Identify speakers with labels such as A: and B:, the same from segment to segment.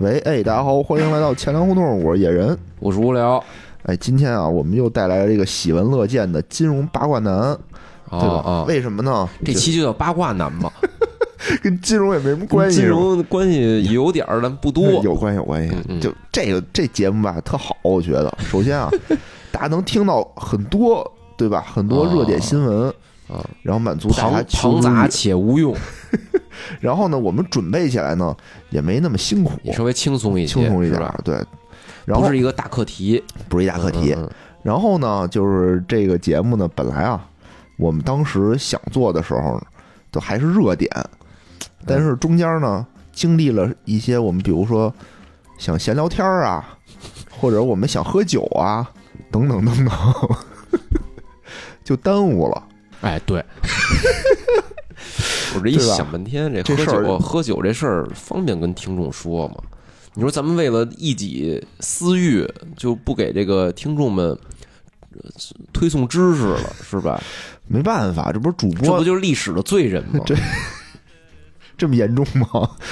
A: 喂，哎，大家好，欢迎来到钱粮胡同，我是野人。
B: 我是无聊，
A: 哎，今天啊，我们又带来了这个喜闻乐见的金融八卦男，
B: 啊
A: 对吧？
B: 啊，
A: 为什么呢？
B: 这期就叫八卦男嘛，
A: 跟金融也没什么关系，
B: 金融 关系有点儿，但不
A: 是吧
B: 多。
A: 有关系有关系。
B: 嗯嗯
A: 就这个这节目吧，特好，我觉得。首先 啊，大家能听到很多，对吧？很多热点新闻，
B: 啊，
A: 然后满足大家
B: 庞
A: 求
B: 庞
A: 知
B: 杂
A: 欲。
B: 且无用，
A: 然后呢，我们准备起来呢也没那么辛苦，
B: 也稍微轻松一些，
A: 轻松一
B: 是
A: 点
B: 吧
A: 儿，对。然
B: 不
A: 后
B: 是一个大课题，
A: 不是一大课题，
B: 嗯嗯
A: 然后呢，就是这个节目呢，本来啊，我们当时想做的时候，都还是热点，但是中间呢，经历了一些我们比如说想闲聊天儿啊， 或者我们想喝酒啊，等等等等，就耽误了。
B: 嗯哎，对。我这一
A: 对吧
B: 想半天，
A: 这
B: 这
A: 事
B: 喝
A: 儿
B: 酒哦喝酒这事儿方便跟听众说吗？你说咱们为了一己私欲，就不给这个听众们呃推送知识了，是吧？
A: 没办法，这不是主
B: 这不
A: 播
B: 就是历史的罪人吗？
A: 这这么严重吗？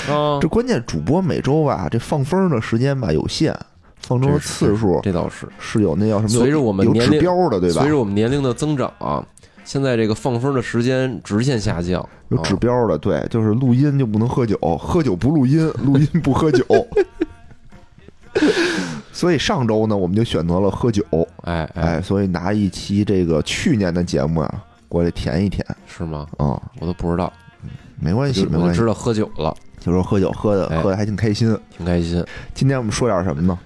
B: 啊
A: 这，关键主播每周吧，这放风的时间吧有限，放风的
B: 真是
A: 次数
B: 这倒是。
A: 是有那叫什么有？
B: 随着我们
A: 有
B: 年
A: 指
B: 龄
A: 标的，对吧
B: 随？着我们年龄的增长啊，现在这个放风的时间直线下降，
A: 有指标的，对，就是录音就不能喝酒，喝酒不录音，录音不喝酒。 所以上周呢，我们就选择了喝酒，
B: 啊哎哎，
A: 哎，所以拿一期这个去年的节目啊，过来填一填
B: 是吗？
A: 啊、
B: 我都不知道，
A: 没关
B: 我就
A: 系，哎没
B: 我就
A: 关系
B: 知，道喝酒了，
A: 就说喝酒喝的
B: 哎
A: 喝的还挺开心。
B: 挺开心。
A: 今天我们说点什么呢？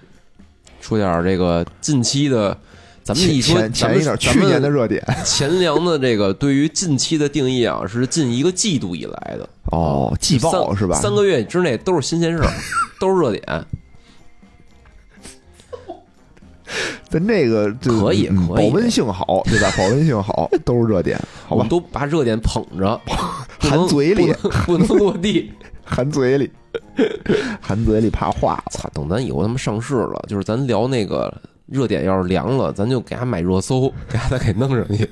B: 说点儿这个近期的，咱们
A: 前
B: 一说
A: 前前一点，去年的热点
B: 钱粮的这个对于近期的定义啊，是近一个季度以来的
A: 哦，季报
B: 三
A: 是吧？
B: 三个月之内都是新鲜 事儿，都是热点，
A: 但那个就
B: 可以
A: 嗯
B: 可以
A: 保温性好，对吧？保温性好，都是热点，好吧
B: 我们？都把热点捧着，不 能
A: 含嘴里，
B: 不能不能落地。
A: 含嘴里，含嘴里怕化了。
B: 操，等咱以后他们上市了，就是咱聊那个热点要是凉了，咱就给他买热搜，给他再给弄上去，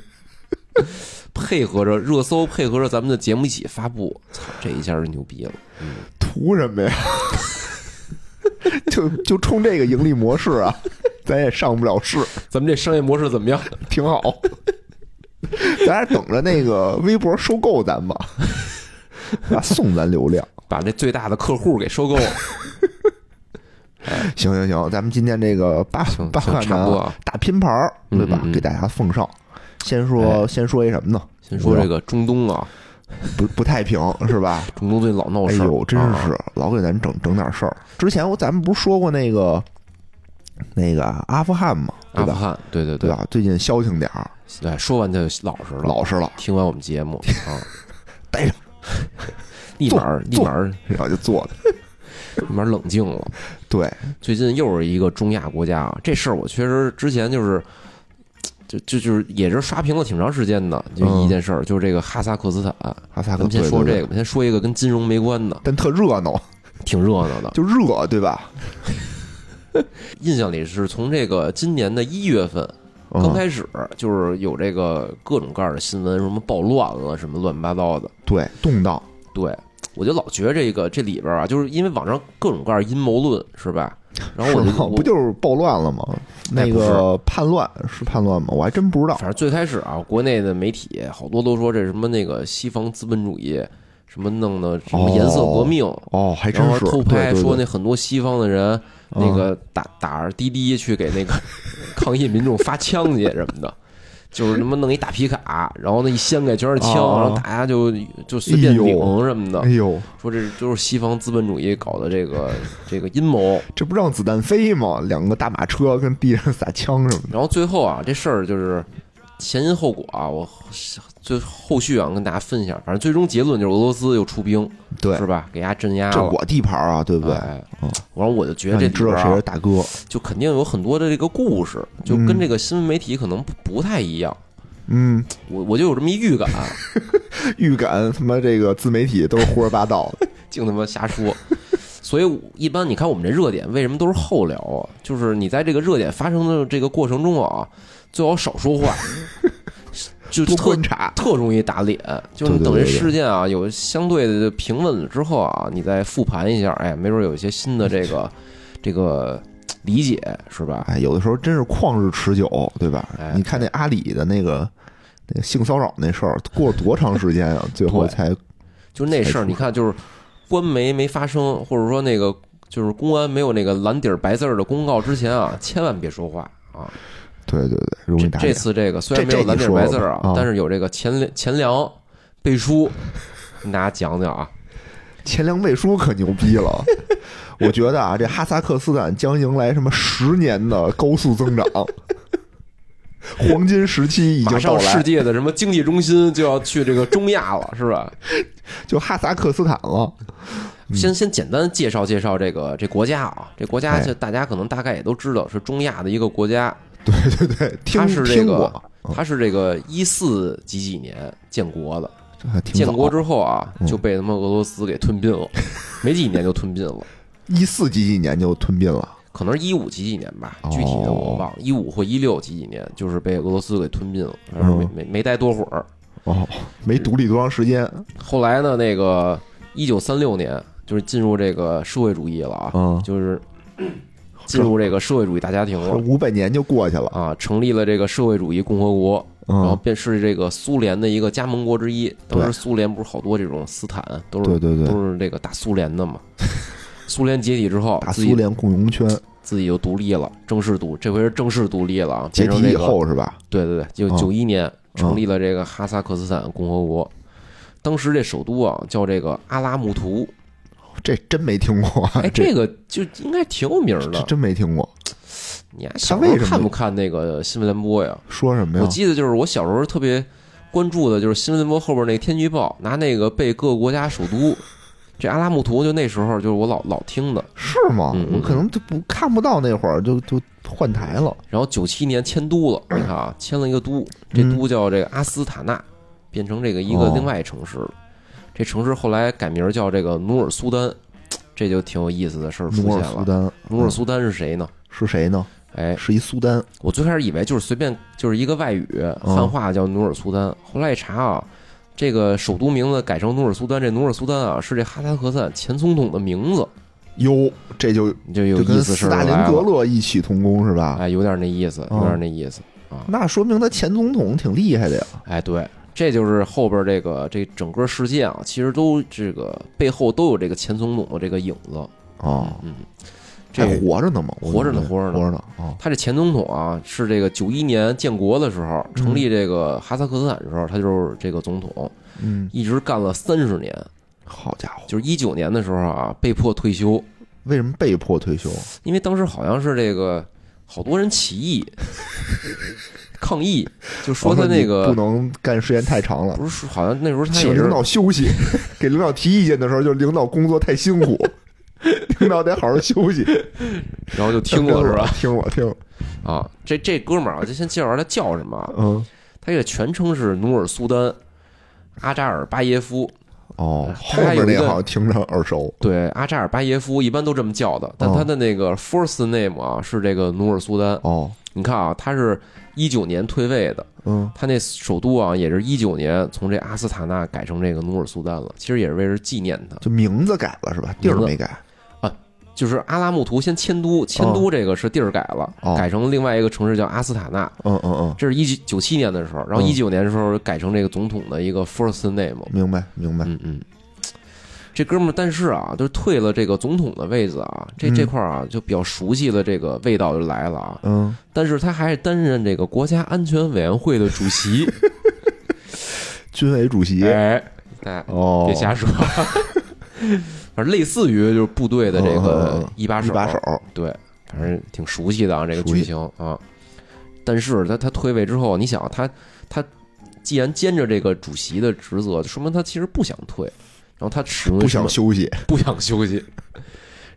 B: 配合着热搜，配合着咱们的节目一起发布。操，这一下就牛逼了。
A: 图什么呀？ 就就冲这个盈利模式啊， 咱也上不了市，
B: 咱们这商业模式怎么样？
A: 挺好。 咱还等着那个微博收购咱吧， 啊，送咱流量。
B: 把这最大的客户给收 购了。
A: 行行行，咱们今天这个八
B: 行
A: 八卦
B: 行差不多
A: 男
B: 啊
A: 大拼盘儿，
B: 嗯
A: 对吧？
B: 嗯嗯
A: 给大家奉上。先说先说一什么呢？
B: 先说这个中东啊，
A: 不不太平是 吧？
B: 中东最老闹
A: 哎
B: 事儿，
A: 呦，真
B: 啊
A: 是老给咱整整点事儿。之前我咱们不是说过那个那个阿富汗嘛，对
B: 阿富
A: 吧？
B: 汗，对对
A: 对
B: 对，
A: 吧？最近消停点儿，
B: 哎，说完就老实了，
A: 老实了，
B: 听完我们节目 啊，
A: 待着，
B: 立马立
A: 坐
B: 马
A: 然后就做的。
B: 立马冷静了。
A: 对，
B: 最近又是一个中亚国家啊，这事儿我确实之前就是，就就就是也是刷屏了挺长时间的，就
A: 嗯
B: 一件事儿，就是这个哈萨克斯坦。
A: 哈萨
B: 咱
A: 克
B: 们先
A: 对
B: 说
A: 对
B: 这
A: 对
B: 个，吧，先说一个跟金融没关的，
A: 但特热闹，
B: 挺热闹的。
A: 就热，对吧？
B: 印象里是从这个今年的一月份
A: 嗯
B: 刚开始，就是有这个各种各样的新闻，什么暴乱了，什么乱七八糟的。
A: 对动荡，
B: 对，我就老觉得这个这里边啊，就是因为网上各种各样阴谋论，是吧？然后我
A: 是吗
B: 就我
A: 不就是暴乱了吗？
B: 哎
A: 那个叛乱是叛乱吗？我还真不知道。
B: 反正最开始啊，国内的媒体好多都说这什么那个西方资本主义，什么弄的什么颜色革命，
A: 哦，还真
B: 然后
A: 是
B: 偷
A: 对
B: 拍
A: 对
B: 说
A: 对嗯
B: 那很多西方的人、那个打打着滴滴去给那个 抗议民众发枪去什么的。就是他妈弄一大皮卡，然后那一掀开全是枪，
A: 哦
B: 然后大家就就随便
A: 哎
B: 顶
A: 呦
B: 什么的
A: 哎，呦，
B: 说这就是西方资本主义搞的这个这个阴谋。
A: 这不让子弹飞吗？两个大马车跟地上撒枪什么的。
B: 然后最后啊，这事儿就是前因后果啊，我最后续啊跟大家分享。反正最终结论就是俄罗斯又出兵，
A: 对
B: 是，吧？给大家镇压
A: 这
B: 了，
A: 我地盘啊，对不对？
B: 哎
A: 嗯
B: 然后我就觉得
A: 让
B: 这
A: 你
B: 里
A: 知道
B: 边
A: 谁嗯
B: 啊
A: 是，大哥。
B: 就肯定有很多的这个故事，就跟这个新闻媒体可能不不太一样。
A: 嗯，
B: 我我就有这么一预感，啊
A: 预感他妈这个自媒体都是胡说八道的。
B: 净他妈瞎说。所以我一般你看我们这热点为什么都是后聊啊？ 就是你在这个热点发生的这个过程中啊，最好少说话， 就
A: 多
B: 特
A: 观察。
B: 特容易打脸。就是
A: 对对
B: 你等这
A: 对对
B: 事件啊有相对的平稳了之后啊，你再复盘一下，哎，没准有一些新的这个这个理解，是吧？
A: 哎，有的时候真是旷日持久，对吧？
B: 哎
A: 你看那阿里的那个那个性骚扰那事儿，过了多长时间啊？最后
B: 对
A: 才
B: 就那事
A: 太
B: 儿，
A: 出
B: 你看，就是官媒没发声，或者说那个就是公安没有那个蓝底儿白字儿的公告之前啊，千万别说话啊！
A: 对对对，容易
B: 这
A: 打
B: 这
A: 脸。
B: 次这个虽然
A: 这
B: 没有蓝底儿白字
A: 这
B: 儿
A: 你说吧
B: 啊
A: 啊，
B: 但是有这个钱粮钱粮背书，跟大家讲讲啊。
A: 前粮背书可牛逼 了，我觉得啊，这哈萨克斯坦将迎来什么十年的高速增长，黄金时期已
B: 马
A: 经到
B: 上世
A: 来，
B: 界的什么经济中心就要去这个中亚了，是吧？
A: 就哈萨克斯坦了。
B: 先先简单介绍介绍这个这国家啊，这国家
A: 嗯哎
B: 就大家可能大概也都知道是中亚的一个国家，
A: 对对对，听
B: 它是这
A: 听
B: 个
A: 过，
B: 它是这个一四几几年建国的，
A: 这还挺
B: 建
A: 早。
B: 国之后啊，
A: 嗯
B: 就被他们俄罗斯给 吞并了，没几年就吞并了，
A: 一四几几年就吞并了，
B: 可能是一五几几年吧，
A: 哦
B: 具体的我忘了，一五或一六几几年，就是被俄罗斯给吞并了，反正没
A: 嗯
B: 没没待多会儿。
A: 哦，没独立多长时间，
B: 后来呢，那个一九三六年就是进入这个社会主义了啊，
A: 嗯，
B: 就是进入这个社会主义大家庭了
A: 五百年就过去了，
B: 啊，成立了这个社会主义共和国，然后
A: 嗯，
B: 便是这个苏联的一个加盟国之一。当时
A: 对
B: 苏联不是好多这种斯坦都是
A: 对对对，
B: 嗯都是这个打苏联的嘛。苏联解体之后，
A: 大
B: 自
A: 苏
B: 己
A: 联共荣圈
B: 自己就独立了，正式独，这回是正式独立了啊！
A: 解体
B: 变成
A: 以
B: 这个，
A: 后是吧？
B: 对对对，就
A: 嗯
B: 九一年成立了这个哈萨克斯坦共和国。当时这首都啊叫这个阿拉木图，
A: 嗯这真没听过，
B: 哎，
A: 啊这
B: 这个就应该挺有名儿
A: 这
B: 的。
A: 真没听过，
B: 你还小时
A: 为
B: 候
A: 什么
B: 看不看那个新闻联播呀？
A: 说什么呀
B: 我？记得就是我小时候特别关注的就是新闻联播后边那个天气预报，拿那个背各个国家首 都。这阿拉木图就那时候就是我老老听的，
A: 是吗
B: 嗯？嗯
A: 我可能就不看不到那会儿，就就换台了。
B: 然后九七年迁都了，你看啊，迁了一个都，这
A: 嗯
B: 都叫这个阿斯塔纳，变成这个一个
A: 哦
B: 另外城市了。这城市后来改名叫这个努尔苏丹，这就挺有意思的事儿出
A: 努
B: 现
A: 尔苏
B: 了。
A: 丹嗯
B: 努尔苏丹是谁呢？
A: 是谁呢？
B: 哎，
A: 是一苏丹，
B: 我最开始以为就是随便就是一个外语
A: 嗯
B: 泛化叫努尔苏丹，后来一查啊，这个首都名字改成努尔苏丹，这努尔苏丹啊是这哈萨克斯坦前总统的名字，
A: 哟，这就
B: 你就有
A: 就
B: 意
A: 跟
B: 思是
A: 斯大
B: 吧？
A: 林格嗯勒异曲同工是吧？
B: 哎，有点那意思，有点那意思。
A: 那说明他前总统挺厉害的呀。
B: 哎，对，这就是后边这个这整个事件啊，其实都这个背后都有这个前总统的这个影子。
A: 哦，
B: 嗯，这
A: 还活着呢吗？我
B: 活着呢
A: 以为
B: 活着呢
A: 活着呢。哦，
B: 他这前总统啊，是这个九一年建国的时候，成立这个哈萨克斯坦的时候，他就是这个总统，
A: 嗯，
B: 一直干了三十年，
A: 好家伙，
B: 就是一九年的时候啊，被迫退休，
A: 为什么被迫退休？
B: 因为当时好像是这个好多人起义 抗议，就说他
A: 哦
B: 那
A: 你
B: 个
A: 不能干时间太长了，
B: 不是说好像那时候他
A: 请
B: 也
A: 领
B: 是
A: 导休 息，给领导提意见的时候，就领导工作太辛 苦，领导得好好休息。
B: 然后就听过是吧？？
A: 听我听我，
B: 啊，这这哥们儿啊，就先介绍他叫什么啊，
A: 嗯，
B: 他这个全称是努尔苏丹阿扎尔巴耶夫。
A: 哦，
B: 他
A: 后
B: 还有
A: 面
B: 一
A: 那
B: 个
A: 好像听着耳熟。
B: 对，阿扎尔巴耶夫一般都这么叫的，但他的那个 first name 啊是这个努尔苏丹。
A: 哦，
B: 你看啊，他是一九年退位的，
A: 嗯，
B: 他那首都啊也是一九年从这阿斯塔纳改成这个努尔苏丹了，其实也是为了纪念他。
A: 就名字改了是吧？地儿
B: 名字
A: 没改。
B: 就是阿拉木图先迁都，迁都这个是地儿改了，
A: 哦
B: 改成另外一个城市叫阿斯塔纳。
A: 嗯嗯嗯，
B: 这是一九九七年的时候，然后
A: 嗯
B: 一九年的时候改成这个总统的一个 first name，
A: 明白明白。
B: 嗯嗯，这哥们儿，但是啊，就是退了这个总统的位子啊，这
A: 嗯
B: 这块儿啊就比较熟悉的这个味道就来了啊。
A: 嗯，
B: 但是他还是担任这个国家安全委员会的 主席，
A: 军委主席。
B: 哎，哎，
A: 哦，
B: 别瞎说。 反正类似于就是部队的这
A: 嗯嗯
B: 个
A: 嗯
B: 一把
A: 一
B: 手，
A: 把手。
B: 对，反正挺熟悉的啊，这个
A: 熟悉
B: 剧情啊。但是他他退位之后，你想他他既然兼着这个主席的职责，就说明他其实不想退，然后他始终
A: 不
B: 是
A: 想休息，
B: 不想休息，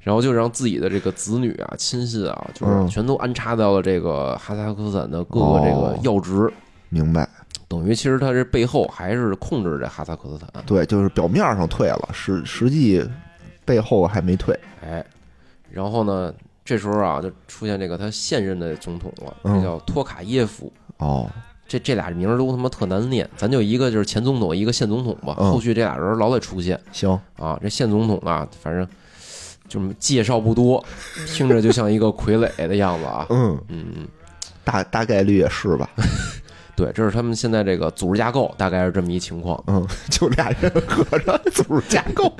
B: 然后就让自己的这个子女啊、亲信啊，就是
A: 嗯
B: 全都安插到了这个哈萨克斯坦的各个这个
A: 哦
B: 要职，
A: 明白？
B: 等于其实他这背后还是控制着哈萨克斯坦。
A: 对，就是表面上退了，实实际背后还没退。
B: 哎，然后呢，这时候啊，就出现这个他现任的总统了，
A: 嗯
B: 这叫托卡耶夫。
A: 哦，
B: 这这俩名儿都他妈特难念，咱就一个就是前总统，一个现总统吧。
A: 嗯
B: 后续这俩人老得出现
A: 行，
B: 啊。这现总统啊，反正就是介绍不多，听着就像一个傀儡的样子啊。
A: 嗯，
B: 嗯，
A: 大大概率也是吧，
B: 对，这是他们现在这个组织架构大概是这么一情况。
A: 嗯， 就俩人合着组织架构，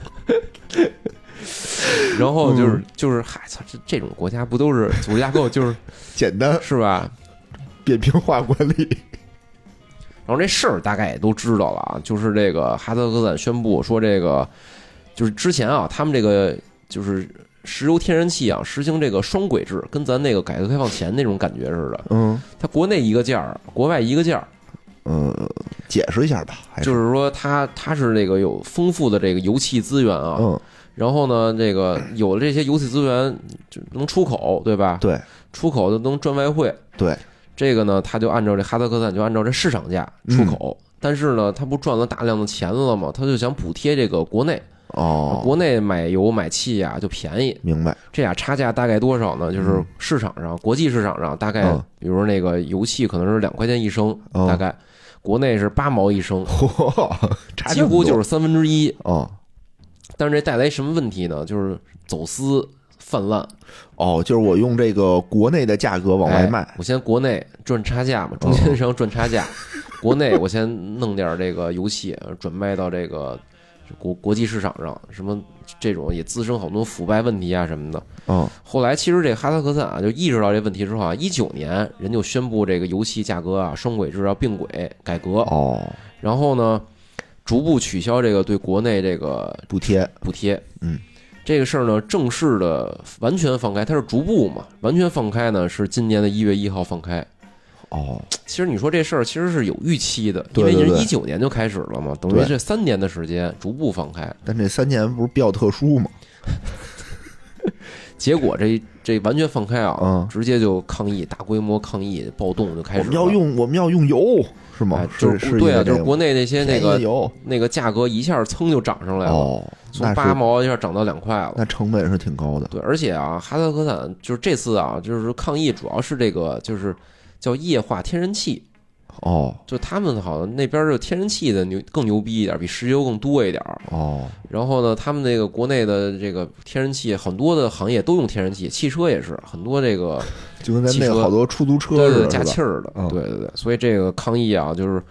B: 然后就是
A: 嗯
B: 就是，嗨，操，这这种国家不都是组织架构，就是
A: 简单
B: 是吧？
A: 扁平化管理，
B: 然后这事儿大概也都知道了啊，就是这个哈萨克斯坦宣布说，这个就是之前啊，他们这个就是石油天然气啊，实行这个双轨制，跟咱那个改革开放前那种感觉似的，
A: 嗯
B: 它国内一个价儿，国外一个价儿，
A: 嗯，解释一下吧，还
B: 就是说它它是这个有丰富的这个油气资源啊，
A: 嗯，
B: 然后呢，这个有了这些油气资源就能出口，对吧？
A: 对
B: 出口就能赚外汇。
A: 对，
B: 这个呢，他就按照这哈萨克斯坦就按照这市场价出口，
A: 嗯
B: 但是呢，他不赚了大量的钱了吗？他就想补贴这个国内，
A: 哦，
B: 国内买油买气呀、就便宜，
A: 明白，
B: 这俩差价大概多少呢？就是
A: 嗯
B: 市场上、国际市场上大概
A: 嗯，
B: 比如说那个油气可能是两块钱一升，
A: 嗯
B: 大概国内是八毛一升，
A: 嚯，差
B: 几
A: 这么
B: 乎
A: 多
B: 就是三分之一。
A: 哦
B: 但是这带来什么问题呢？就是走私泛滥，
A: 哦，就是我用这个国内的价格往外卖，哦
B: 哎我先国内赚差价嘛，中间商赚差价，国内我先弄点这个油气，转卖到这个国国际市场上，什么这种也滋生好多腐败问题啊什么的。
A: 嗯
B: 后来其实这哈萨克斯坦啊，就意识到这问题之后啊，一九年人就宣布这个油气价格啊双轨制要并轨改革，
A: 哦，
B: 然后呢，逐步取消这个对国内这个
A: 补贴，
B: 补贴。
A: 嗯，
B: 这个事儿呢，正式的完全放开，它是逐步嘛，完全放开呢是今年的一月一号放开。
A: 哦，
B: 其实你说这事儿其实是有预期的，因
A: 对
B: 为
A: 对
B: 人
A: 对
B: 一九年就开始了嘛，等于
A: 对
B: 这三年的时间逐步放开，
A: 但这三年不是比较特殊吗？
B: 结果这这完全放开啊
A: 嗯，
B: 直接就抗议，大规模抗议暴动就开
A: 我
B: 始了。
A: 们要用我们要用油是吗
B: 哎，？就是对
A: 因
B: 啊，
A: 为
B: 就
A: 这
B: 是
A: 个
B: 国内那些那
A: 便宜的
B: 个
A: 油
B: 那个价格一下蹭就涨上来了，
A: 哦，
B: 从
A: 那
B: 八
A: 是
B: 毛一下涨到两块了。
A: 那成本是挺高的，
B: 对，而且啊，哈萨克斯坦就是这次啊，就是抗议主要是这个就是叫液化天然气，
A: 哦
B: 就他们好像那边儿就天然气的牛更牛逼一点儿，比石油更多一点儿。
A: 哦，
B: 然后呢，他们那个国内的这个天然气，很多的行业都用天然气，汽车也是很多这个
A: 就跟咱
B: 汽
A: 那
B: 车
A: 个好多出租车
B: 对
A: 似
B: 对
A: 的，
B: 加
A: 是吧
B: 气儿的
A: 嗯，
B: 对对对，所以这个抗议啊，就是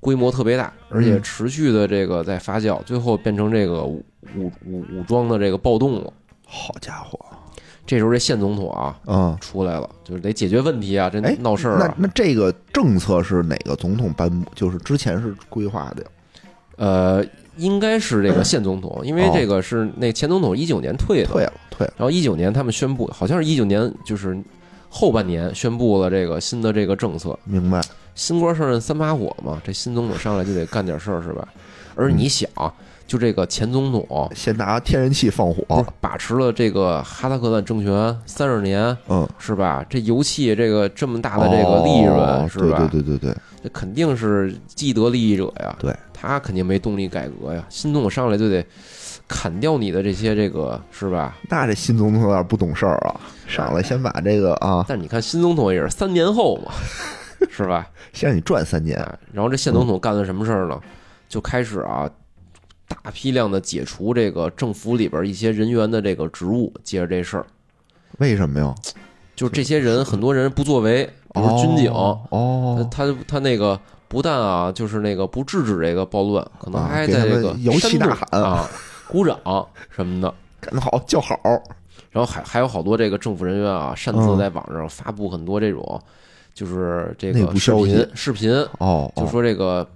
B: 规模特别大，而且
A: 嗯
B: 持续的这个在发酵，最后变成这个武武武武装的这个暴动了。
A: 好家伙，
B: 这时候这现总统啊
A: 嗯，
B: 出来了，就是得解决问题啊，这
A: 哎
B: 闹事儿
A: 那
B: 啊。
A: 那这个政策是哪个总统颁布？就是之前是规划的呀，
B: 呃，应该是这个现总统，因为
A: 哦
B: 这个是那前总统一九年退的，
A: 退啊了退了，
B: 然后一九年他们宣布，好像是一九年就是后半年宣布了这个新的这个政策，
A: 明白？
B: 新官上任三把火嘛，这新总统上来就得干点事儿是吧？而你想，啊就这个前总统
A: 先拿天然气放火，
B: 把持了这个哈萨克斯坦政权三十年
A: 嗯，
B: 是吧？这油气这个这么大的这个利润、
A: 哦
B: 是吧？
A: 对对对对对，
B: 这肯定是既得利益者呀，
A: 对，
B: 他肯定没动力改革呀。新总统上来就得砍掉你的这些这个是吧？
A: 那这新总统有点不懂事儿啊，上来先把这个啊，
B: 但你看新总统也是三年后嘛， 是吧？
A: 先让你赚三年，
B: 哎，然后这现总统干了什么事儿呢？就开始啊，大批量的解除这个政府里边一些人员的这个职务。接着这事儿，
A: 为什么呀？
B: 就这些人，很多人不作为，比如军警，
A: 哦
B: 他
A: 哦，
B: 他他那个不但啊，就是那个不制止这个暴乱，可能
A: 啊
B: 还
A: 给
B: 在
A: 他
B: 这
A: 们
B: 个
A: 摇旗
B: 煽动
A: 呐喊
B: 啊、鼓掌什么的。
A: 干得好，叫好，
B: 然后还还有好多这个政府人员啊，擅自
A: 嗯
B: 在网上发布很多这种，就是这
A: 内
B: 个
A: 部
B: 视
A: 消息
B: 频视频，
A: 哦，
B: 就
A: 哦
B: 说这个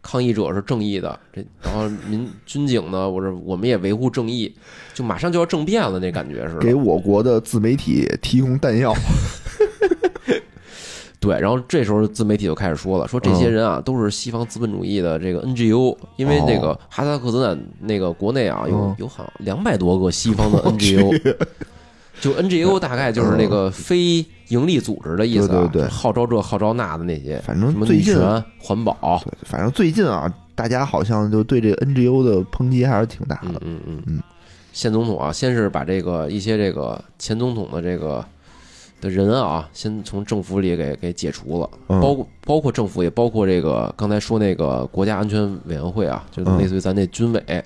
B: 抗议者是正义的，这然后民军警呢，我说我们也维护正义，就马上就要政变了，那感觉是
A: 给我国的自媒体提供弹药，
B: 对。然后这时候自媒体就开始说了，说这
A: 嗯
B: 些人啊都是西方资本主义的这个 NGO，因为那个哈萨克斯坦那个国内啊有
A: 哦嗯
B: 有好像两百多个西方的 NGO。就 NGO 大概就是那个非盈利组织的意思啊，
A: 嗯对对对
B: 就号召这号召那的那些，
A: 反
B: 什
A: 正
B: 么
A: 最
B: 女
A: 近
B: 权、环保，
A: 对，反正最近啊，大家好像就对这个 NGO 的抨击还是挺大
B: 嗯
A: 的。
B: 嗯嗯
A: 嗯，
B: 现总统啊，先是把这个一些这个前总统的这个的人啊，先从政府里给给解除了，
A: 嗯
B: 包括包括政府，也包括这个刚才说那个国家安全委员会啊，就
A: 嗯
B: 类似于咱那军委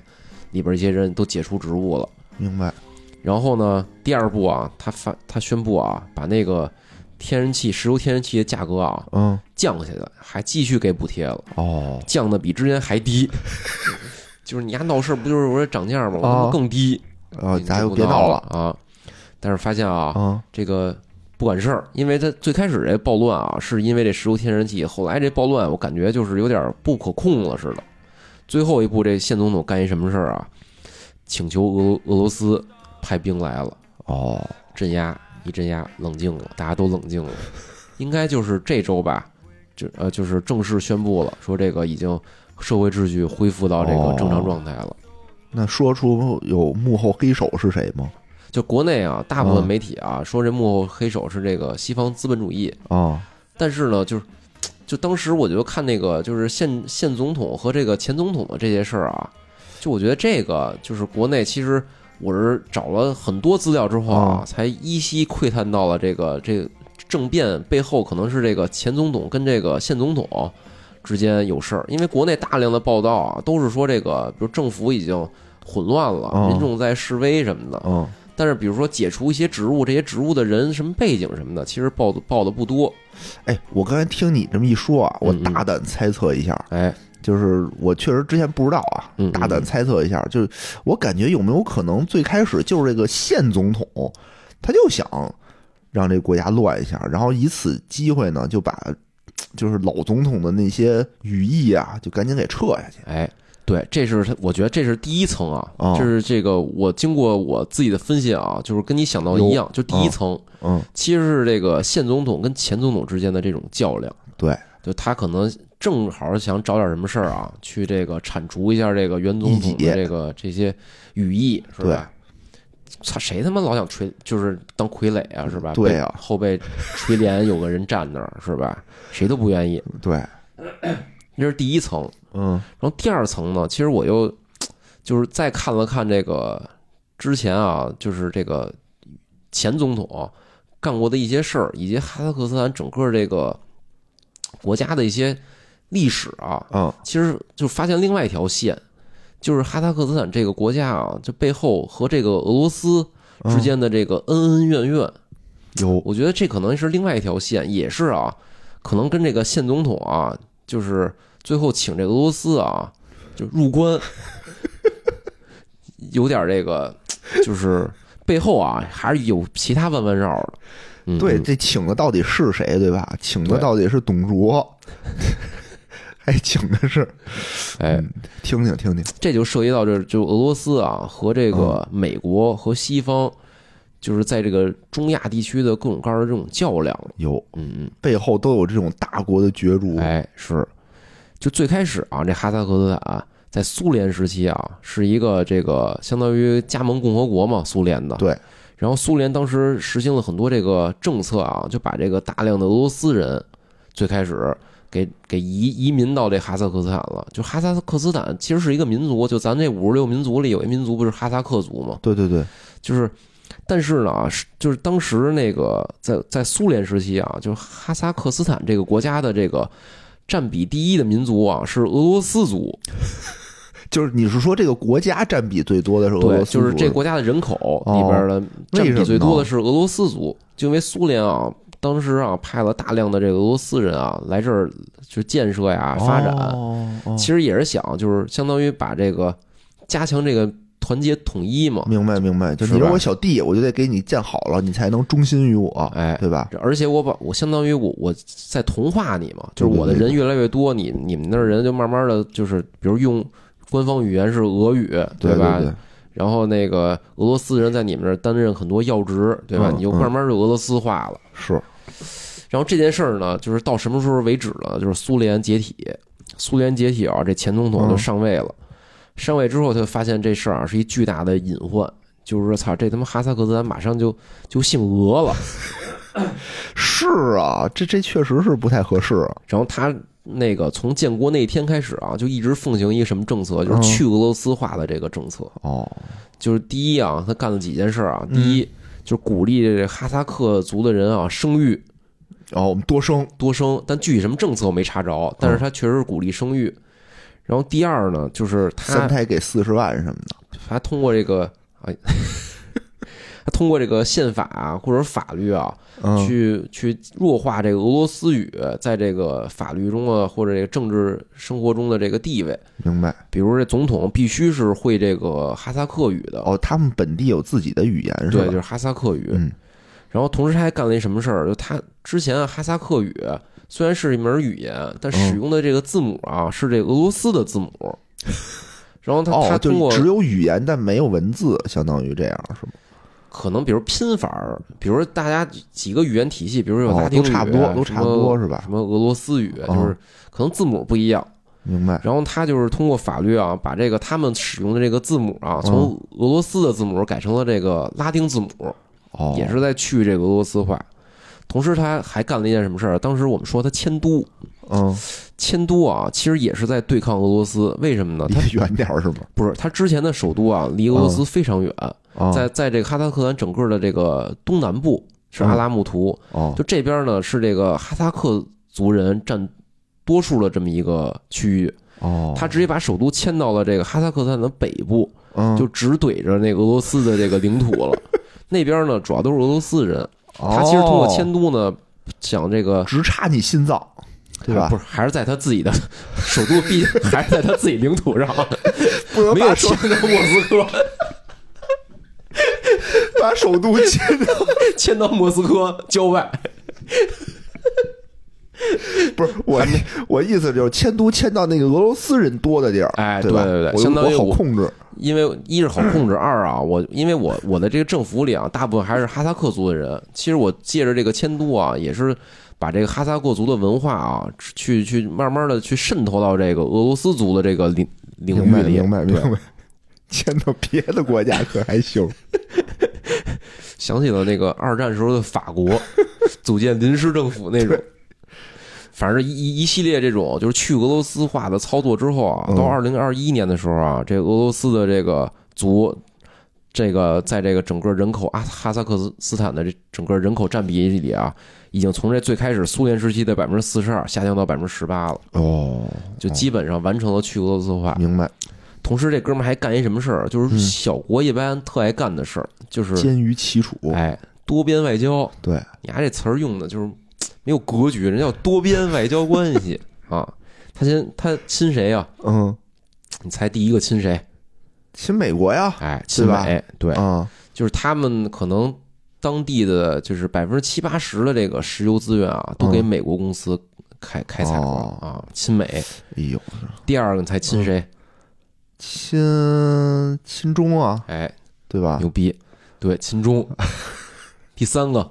B: 里边一些人都解除职务了。
A: 明白，
B: 然后呢，第二步啊，他发他宣布啊，把那个天然气、石油天然气的价格啊
A: 嗯，
B: 降下来，还继续给补贴了，
A: 哦，
B: 降的比之前还低。 就是你家闹事儿不就是我说涨价吗？我他
A: 哦
B: 妈更低，
A: 啊，
B: 你
A: 咱就
B: 不
A: 别闹
B: 闹
A: 了
B: 啊！但是发现啊，
A: 啊，
B: 这个不管事儿，因为他最开始这暴乱啊，是因为这石油天然气，后来这暴乱我感觉就是有点不可控了似的。最后一步，这现总统干一什么事儿啊？请求俄罗俄罗斯派兵来了，
A: 哦，
B: 镇压一镇压，冷静了，大家都冷静了。应该就是这周吧，就呃就是正式宣布了，说这个已经社会秩序恢复到这个正
A: 哦
B: 常状态了。
A: 那说出有幕后黑手是谁吗？
B: 就国内啊，大部分
A: 嗯
B: 媒体啊说这幕后黑手是这个西方资本主义，
A: 啊，
B: 但是呢，就是就当时我就看那个就是现现总统和这个前总统的这些事儿啊，就我觉得这个就是国内其实我是找了很多资料之后啊，
A: 嗯
B: 才依稀窥探到了这个这个政变背后可能是这个前总统跟这个现总统之间有事儿，因为国内大量的报道啊都是说这个比如政府已经混乱了，
A: 嗯
B: 民众在示威什么的，
A: 嗯，
B: 但是比如说解除一些职务，这些职务的人什么背景什么的，其实报的报的不多，
A: 哎，我刚才听你这么一说啊，我
B: 嗯嗯
A: 大胆猜测一下，啊
B: 哎。
A: 就是我确实之前不知道啊
B: 嗯嗯，
A: 大胆猜测一下，就是我感觉有没有可能最开始就是这个现总统，他就想让这国家乱一下，然后以此机会呢，就把就是老总统的那些羽翼啊，就赶紧给撤下去。
B: 哎，对，这是他，我觉得这是第一层啊，
A: 哦
B: 这是这个我经过我自己的分析啊，就是跟你想到的一样，就第一层、
A: 嗯，
B: 其实是这个现总统跟前总统之间的这种较量，
A: 对，
B: 就他可能正好想找点什么事儿啊，去这个铲除一下这个原总
A: 异
B: 统
A: 己
B: 的这个这些羽翼，是吧？操，谁他妈老想垂，就是当傀儡啊，是吧？
A: 对啊
B: 被后背垂帘有个人站那儿，是吧？谁都不愿意，
A: 对，
B: 这是第一层。
A: 嗯
B: 然后第二层呢，其实我又就是再看了看这个之前啊，就是这个前总统干过的一些事儿，以及哈萨克斯坦整个这个国家的一些历史啊，
A: 嗯
B: 其实就发现另外一条线，就是哈萨克斯坦这个国家啊，这背后和这个俄罗斯
A: 嗯
B: 之间的这个恩恩怨怨，
A: 有
B: 我觉得这可能是另外一条线，也是啊，可能跟这个现总统啊，就是最后请这俄罗斯啊，就入关，有点这个，就是背后啊，还是有其他弯弯绕的。嗯、
A: 对，
B: 嗯
A: 这请的到底是谁，对吧？请的
B: 对
A: 到底是董卓， 还请的是，
B: 哎，
A: 嗯听听听听，
B: 这就涉及到这就俄罗斯啊和这个
A: 嗯
B: 美国和西方，就是在这个中亚地区的各种各样的这种较量了。
A: 有
B: 嗯嗯。
A: 背后都有这种大国的角逐，
B: 哎，是，就最开始啊，这哈萨克斯坦、在苏联时期啊，是一个这个相当于加盟共和国嘛，苏联的。
A: 对。
B: 然后苏联当时实行了很多这个政策啊，就把这个大量的俄罗斯人最开始给给移移民到这哈萨克斯坦了。就哈萨克斯坦其实是一个民族，就咱这五十六民族里有一民族不是哈萨克族吗？
A: 对对对，
B: 就是，但是呢，啊，是就是当时那个在在苏联时期啊，就是哈萨克斯坦这个国家的这个占比第一的民族啊是俄罗斯族，
A: 就是你是说这个国家占比最多的是俄哦
B: 对
A: 罗，斯族，
B: 就是这国家的人口里边的占比最多的是俄罗斯族，就因为苏联啊。当时啊，派了大量的这个俄罗斯人啊来这儿就建设呀、发展，
A: 哦哦
B: 其实也是想就是相当于把这个加强这个团结统一嘛。
A: 明白明白，就是你是
B: 吧
A: 我小弟，我就得给你建好了，你才能忠心于我，
B: 哎
A: 对吧？
B: 而且我把我相当于我我在同化你嘛，就是我的
A: 对对对
B: 人越来越多，你你们那儿人就慢慢的就是，比如用官方语言是俄语，吧？
A: 对对，
B: 然后那个俄罗斯人在你们那儿担任很多要职，对吧？
A: 嗯
B: 你就慢慢就俄罗斯化了。
A: 是，
B: 然后这件事儿呢，就是到什么时候为止呢？就是苏联解体，苏联解体啊，这前总统就
A: 嗯
B: 上位了。上位之后，他就发现这事儿啊是一巨大的隐患，就是说，操，这他妈哈萨克斯坦马上就就姓俄了。
A: 是啊，这这确实是不太合适啊，
B: 然后他那个从建国那一天开始啊，就一直奉行一个什么政策，
A: 嗯
B: 就是去俄罗斯化的这个政策。
A: 哦，嗯
B: 就是第一啊，他干了几件事儿啊，第一就鼓励哈萨克族的人啊生育
A: 然哦后我们多生，
B: 多生，但具体什么政策我没查着，但是他确实是鼓励生育。然后第二呢，就是
A: 三
B: 他
A: 胎给四十万什么的，
B: 他通过这个哎， 他通过这个宪法啊、或者法律啊，
A: 嗯，
B: 去去弱化这个俄罗斯语在这个法律中啊，或者这个政治生活中的这个地位。
A: 明白。
B: 比如这总统必须是会这个哈萨克语的，
A: 哦，他们本地有自己的语言是
B: 对，
A: 吧？
B: 就是哈萨克语。
A: 嗯
B: 然后同时他还干了一什么事儿？就他之前啊哈萨克语虽然是一门语言，但使用的这个字母啊是这个俄罗斯的字母。然后他、
A: 哦，
B: 他
A: 就
B: 通过
A: 只有语言但没有文字，相当于这样是吗？
B: 可能比如拼法儿，比如说大家几个语言体系，比如有
A: 哦
B: 拉丁
A: 都
B: 语啊、
A: 差不多，都差不多是吧
B: 什么，什？么俄罗斯语，啊
A: 哦
B: 就是可能字母不一样。
A: 明白。
B: 然后他就是通过法律啊，把这个他们使用的这个字母
A: 嗯
B: 啊，从俄罗斯的字母改成了这个拉丁字母，
A: 哦，
B: 也是在去这个俄罗斯化。同时，他还干了一件什么事儿？当时我们说他迁都，
A: 嗯，
B: 迁都啊，其实也是在对抗俄罗斯。为什么呢？
A: 离
B: 他
A: 得远点儿是吗？
B: 不是他之前的首都啊，离俄罗斯非常远，
A: 哦嗯
B: 在在这个哈萨克斯坦整个的这个东南部是阿拉木图，
A: 哦，
B: 就这边呢是这个哈萨克族人占多数的这么一个区域。
A: 哦，
B: 他直接把首都迁到了这个哈萨克斯坦的北部，
A: 嗯
B: 就直怼着那个俄罗斯的这个领土 了。那边呢，主要都是俄罗斯人。他其实通过迁都呢，想这个
A: 哦直插你心脏，对吧
B: 还不？是还是在他自己的首都必， 还是在他自己领 土上，
A: 不能
B: 没
A: 把
B: 有
A: 首
B: 迁到莫斯 科，
A: 把首都 迁到，
B: 迁到莫斯科郊外。
A: 不是我我意思就是迁都迁到那个俄罗斯人多的地儿，
B: 哎
A: 对吧
B: 对对对
A: 我
B: 相当于
A: 我
B: 我
A: 好控制，
B: 因为一是好控制，二啊，我因为我我的这个政府里啊，大部分还是哈萨克族的人。其实我借着这个迁都啊，也是把这个哈萨克族的文化啊，去去慢慢的去渗透到这个俄罗斯族的这个领领
A: 明
B: 域
A: 白
B: 里。
A: 明白明
B: 对
A: 白。迁到别的国家可还 行，
B: 想起了那个二战时候的 法国，组建临时政府那种。反正一一一系列这种就是去俄罗斯化的操作之后啊，
A: 嗯
B: 到二零二一年的时候啊，这个俄罗斯的这个族，这个在这个整个人口啊哈萨克斯坦的这整个人口占比里啊，已经从这最开始苏联时期的百分之四十二下降到百分之十八了，
A: 哦，
B: 就基本上完成了去俄罗斯化。
A: 明白。
B: 同时，这哥们儿还干一什么事儿，就是
A: 嗯
B: 小国一般特爱干的事儿，就是
A: 坚于其楚，
B: 哎多边外交。
A: 对，
B: 你丫这词儿用的就是没有格局，人家叫多边外交关系 啊。他先他亲谁呀、
A: 嗯，
B: 你猜第一个亲谁？
A: 亲美国呀，
B: 哎，亲美，对，
A: 啊，
B: 就是他们可能当地的就是百分之七八十的这个石油资源啊，都给
A: 嗯
B: 美国公司开开采了
A: 哦
B: 啊。亲美，
A: 哎呦，
B: 第二个你猜亲谁？
A: 亲亲中啊，
B: 哎，
A: 对吧？
B: 牛逼，对，亲中。 第三个，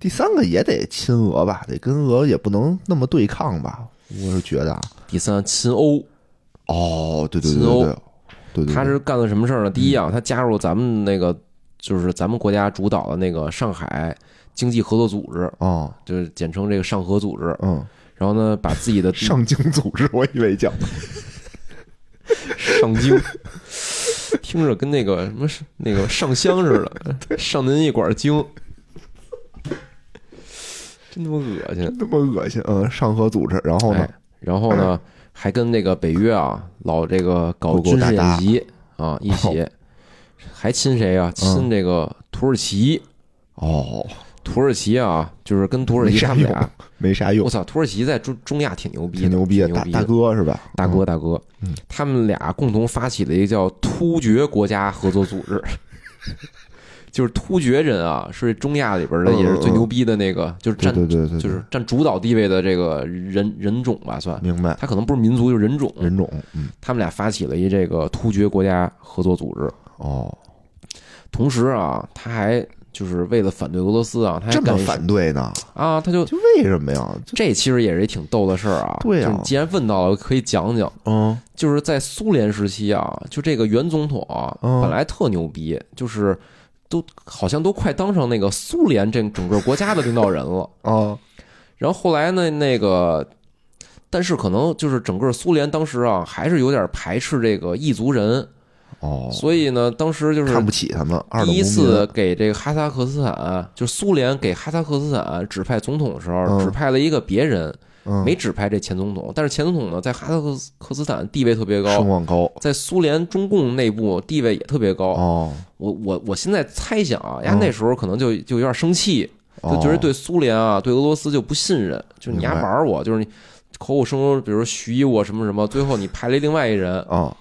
A: 第三个也得亲俄吧，得跟俄也不能那么对抗吧，我是觉得啊。
B: 第三亲欧，
A: 哦，对对
B: 亲
A: 对对
B: 欧
A: 对，对对，
B: 他
A: 对
B: 是干了什么事儿呢？第一啊，他加入咱们那个就是咱们国家主导的那个上海经济合作组织，
A: 哦，
B: 就是简称这个上合组织。
A: 嗯，
B: 然后呢，把自 己的
A: 上京组织，我以为叫
B: 上京， 听着跟那个什么是那个上香似 的，上您一管经，真他妈恶心。
A: 那么恶心，嗯，上合组织，然后呢
B: 哎，然后呢，还跟那个北约啊老这个搞
A: 勾勾
B: 军
A: 搭
B: 事
A: 搭
B: 演习啊一起，还亲谁啊？亲这个土耳其。
A: 哦，
B: 土耳其啊，就是跟土耳其
A: 没啥
B: 他们
A: 用
B: 俩，
A: 没啥用
B: 我，操，土耳其在中中啊 亚挺牛逼的，
A: 挺牛逼的，
B: 挺
A: 大
B: 牛逼
A: 大
B: 的
A: 哥是吧？
B: 大哥大哥
A: 嗯，
B: 他们俩共同发起了一个叫突厥国家合作组 织，就是突厥人啊，是中亚里边的
A: 嗯嗯
B: 也是最牛逼的那个，就是
A: 嗯对
B: 占
A: 对对对，对
B: 就是占主导地位的这个人人种吧，算。
A: 明白
B: 他可能不是民族，就是人种。
A: 人种，嗯，
B: 他们俩发起了一这个突厥国家合作组织，
A: 哦，
B: 同时啊，他还就是为了反对俄罗斯啊，他还
A: 这么
B: 干一
A: 反对呢？
B: 啊，他就
A: 就为什么呀？就
B: 这其实也是一挺逗的事儿啊。
A: 对啊
B: 就是你既然问到了，可以讲讲，
A: 嗯
B: 就是在苏联时期啊，就这个原总统啊，
A: 嗯
B: 本来特牛逼，就是都好像都快当上那个苏联这整个国家的领导人了。
A: 哦，
B: 然后后来呢，那个。但是可能就是整个苏联当时啊，还是有点排斥这个异族人，
A: 哦，
B: 所以呢，当时就是
A: 看不起他们。二
B: 第
A: 等
B: 一
A: 公民
B: 次给这个哈萨克斯坦，就苏联给哈萨克斯坦指派总统的时候，
A: 嗯
B: 指派了一个别人，
A: 嗯
B: 没指派这前总统。但是前总统呢，在哈萨克斯克斯坦地位特别
A: 声
B: 高，
A: 望高
B: 在苏联中共内部地位也特别高。
A: 哦，
B: 我我我现在猜想啊，呀
A: 嗯
B: 那时候可能就就有点生气，就
A: 哦
B: 觉得对苏联啊、对俄罗斯就不信任，就你丫
A: 明白
B: 玩我，就是你口口声声，比如说徐一我什么什么，最后你派了另外一人，
A: 啊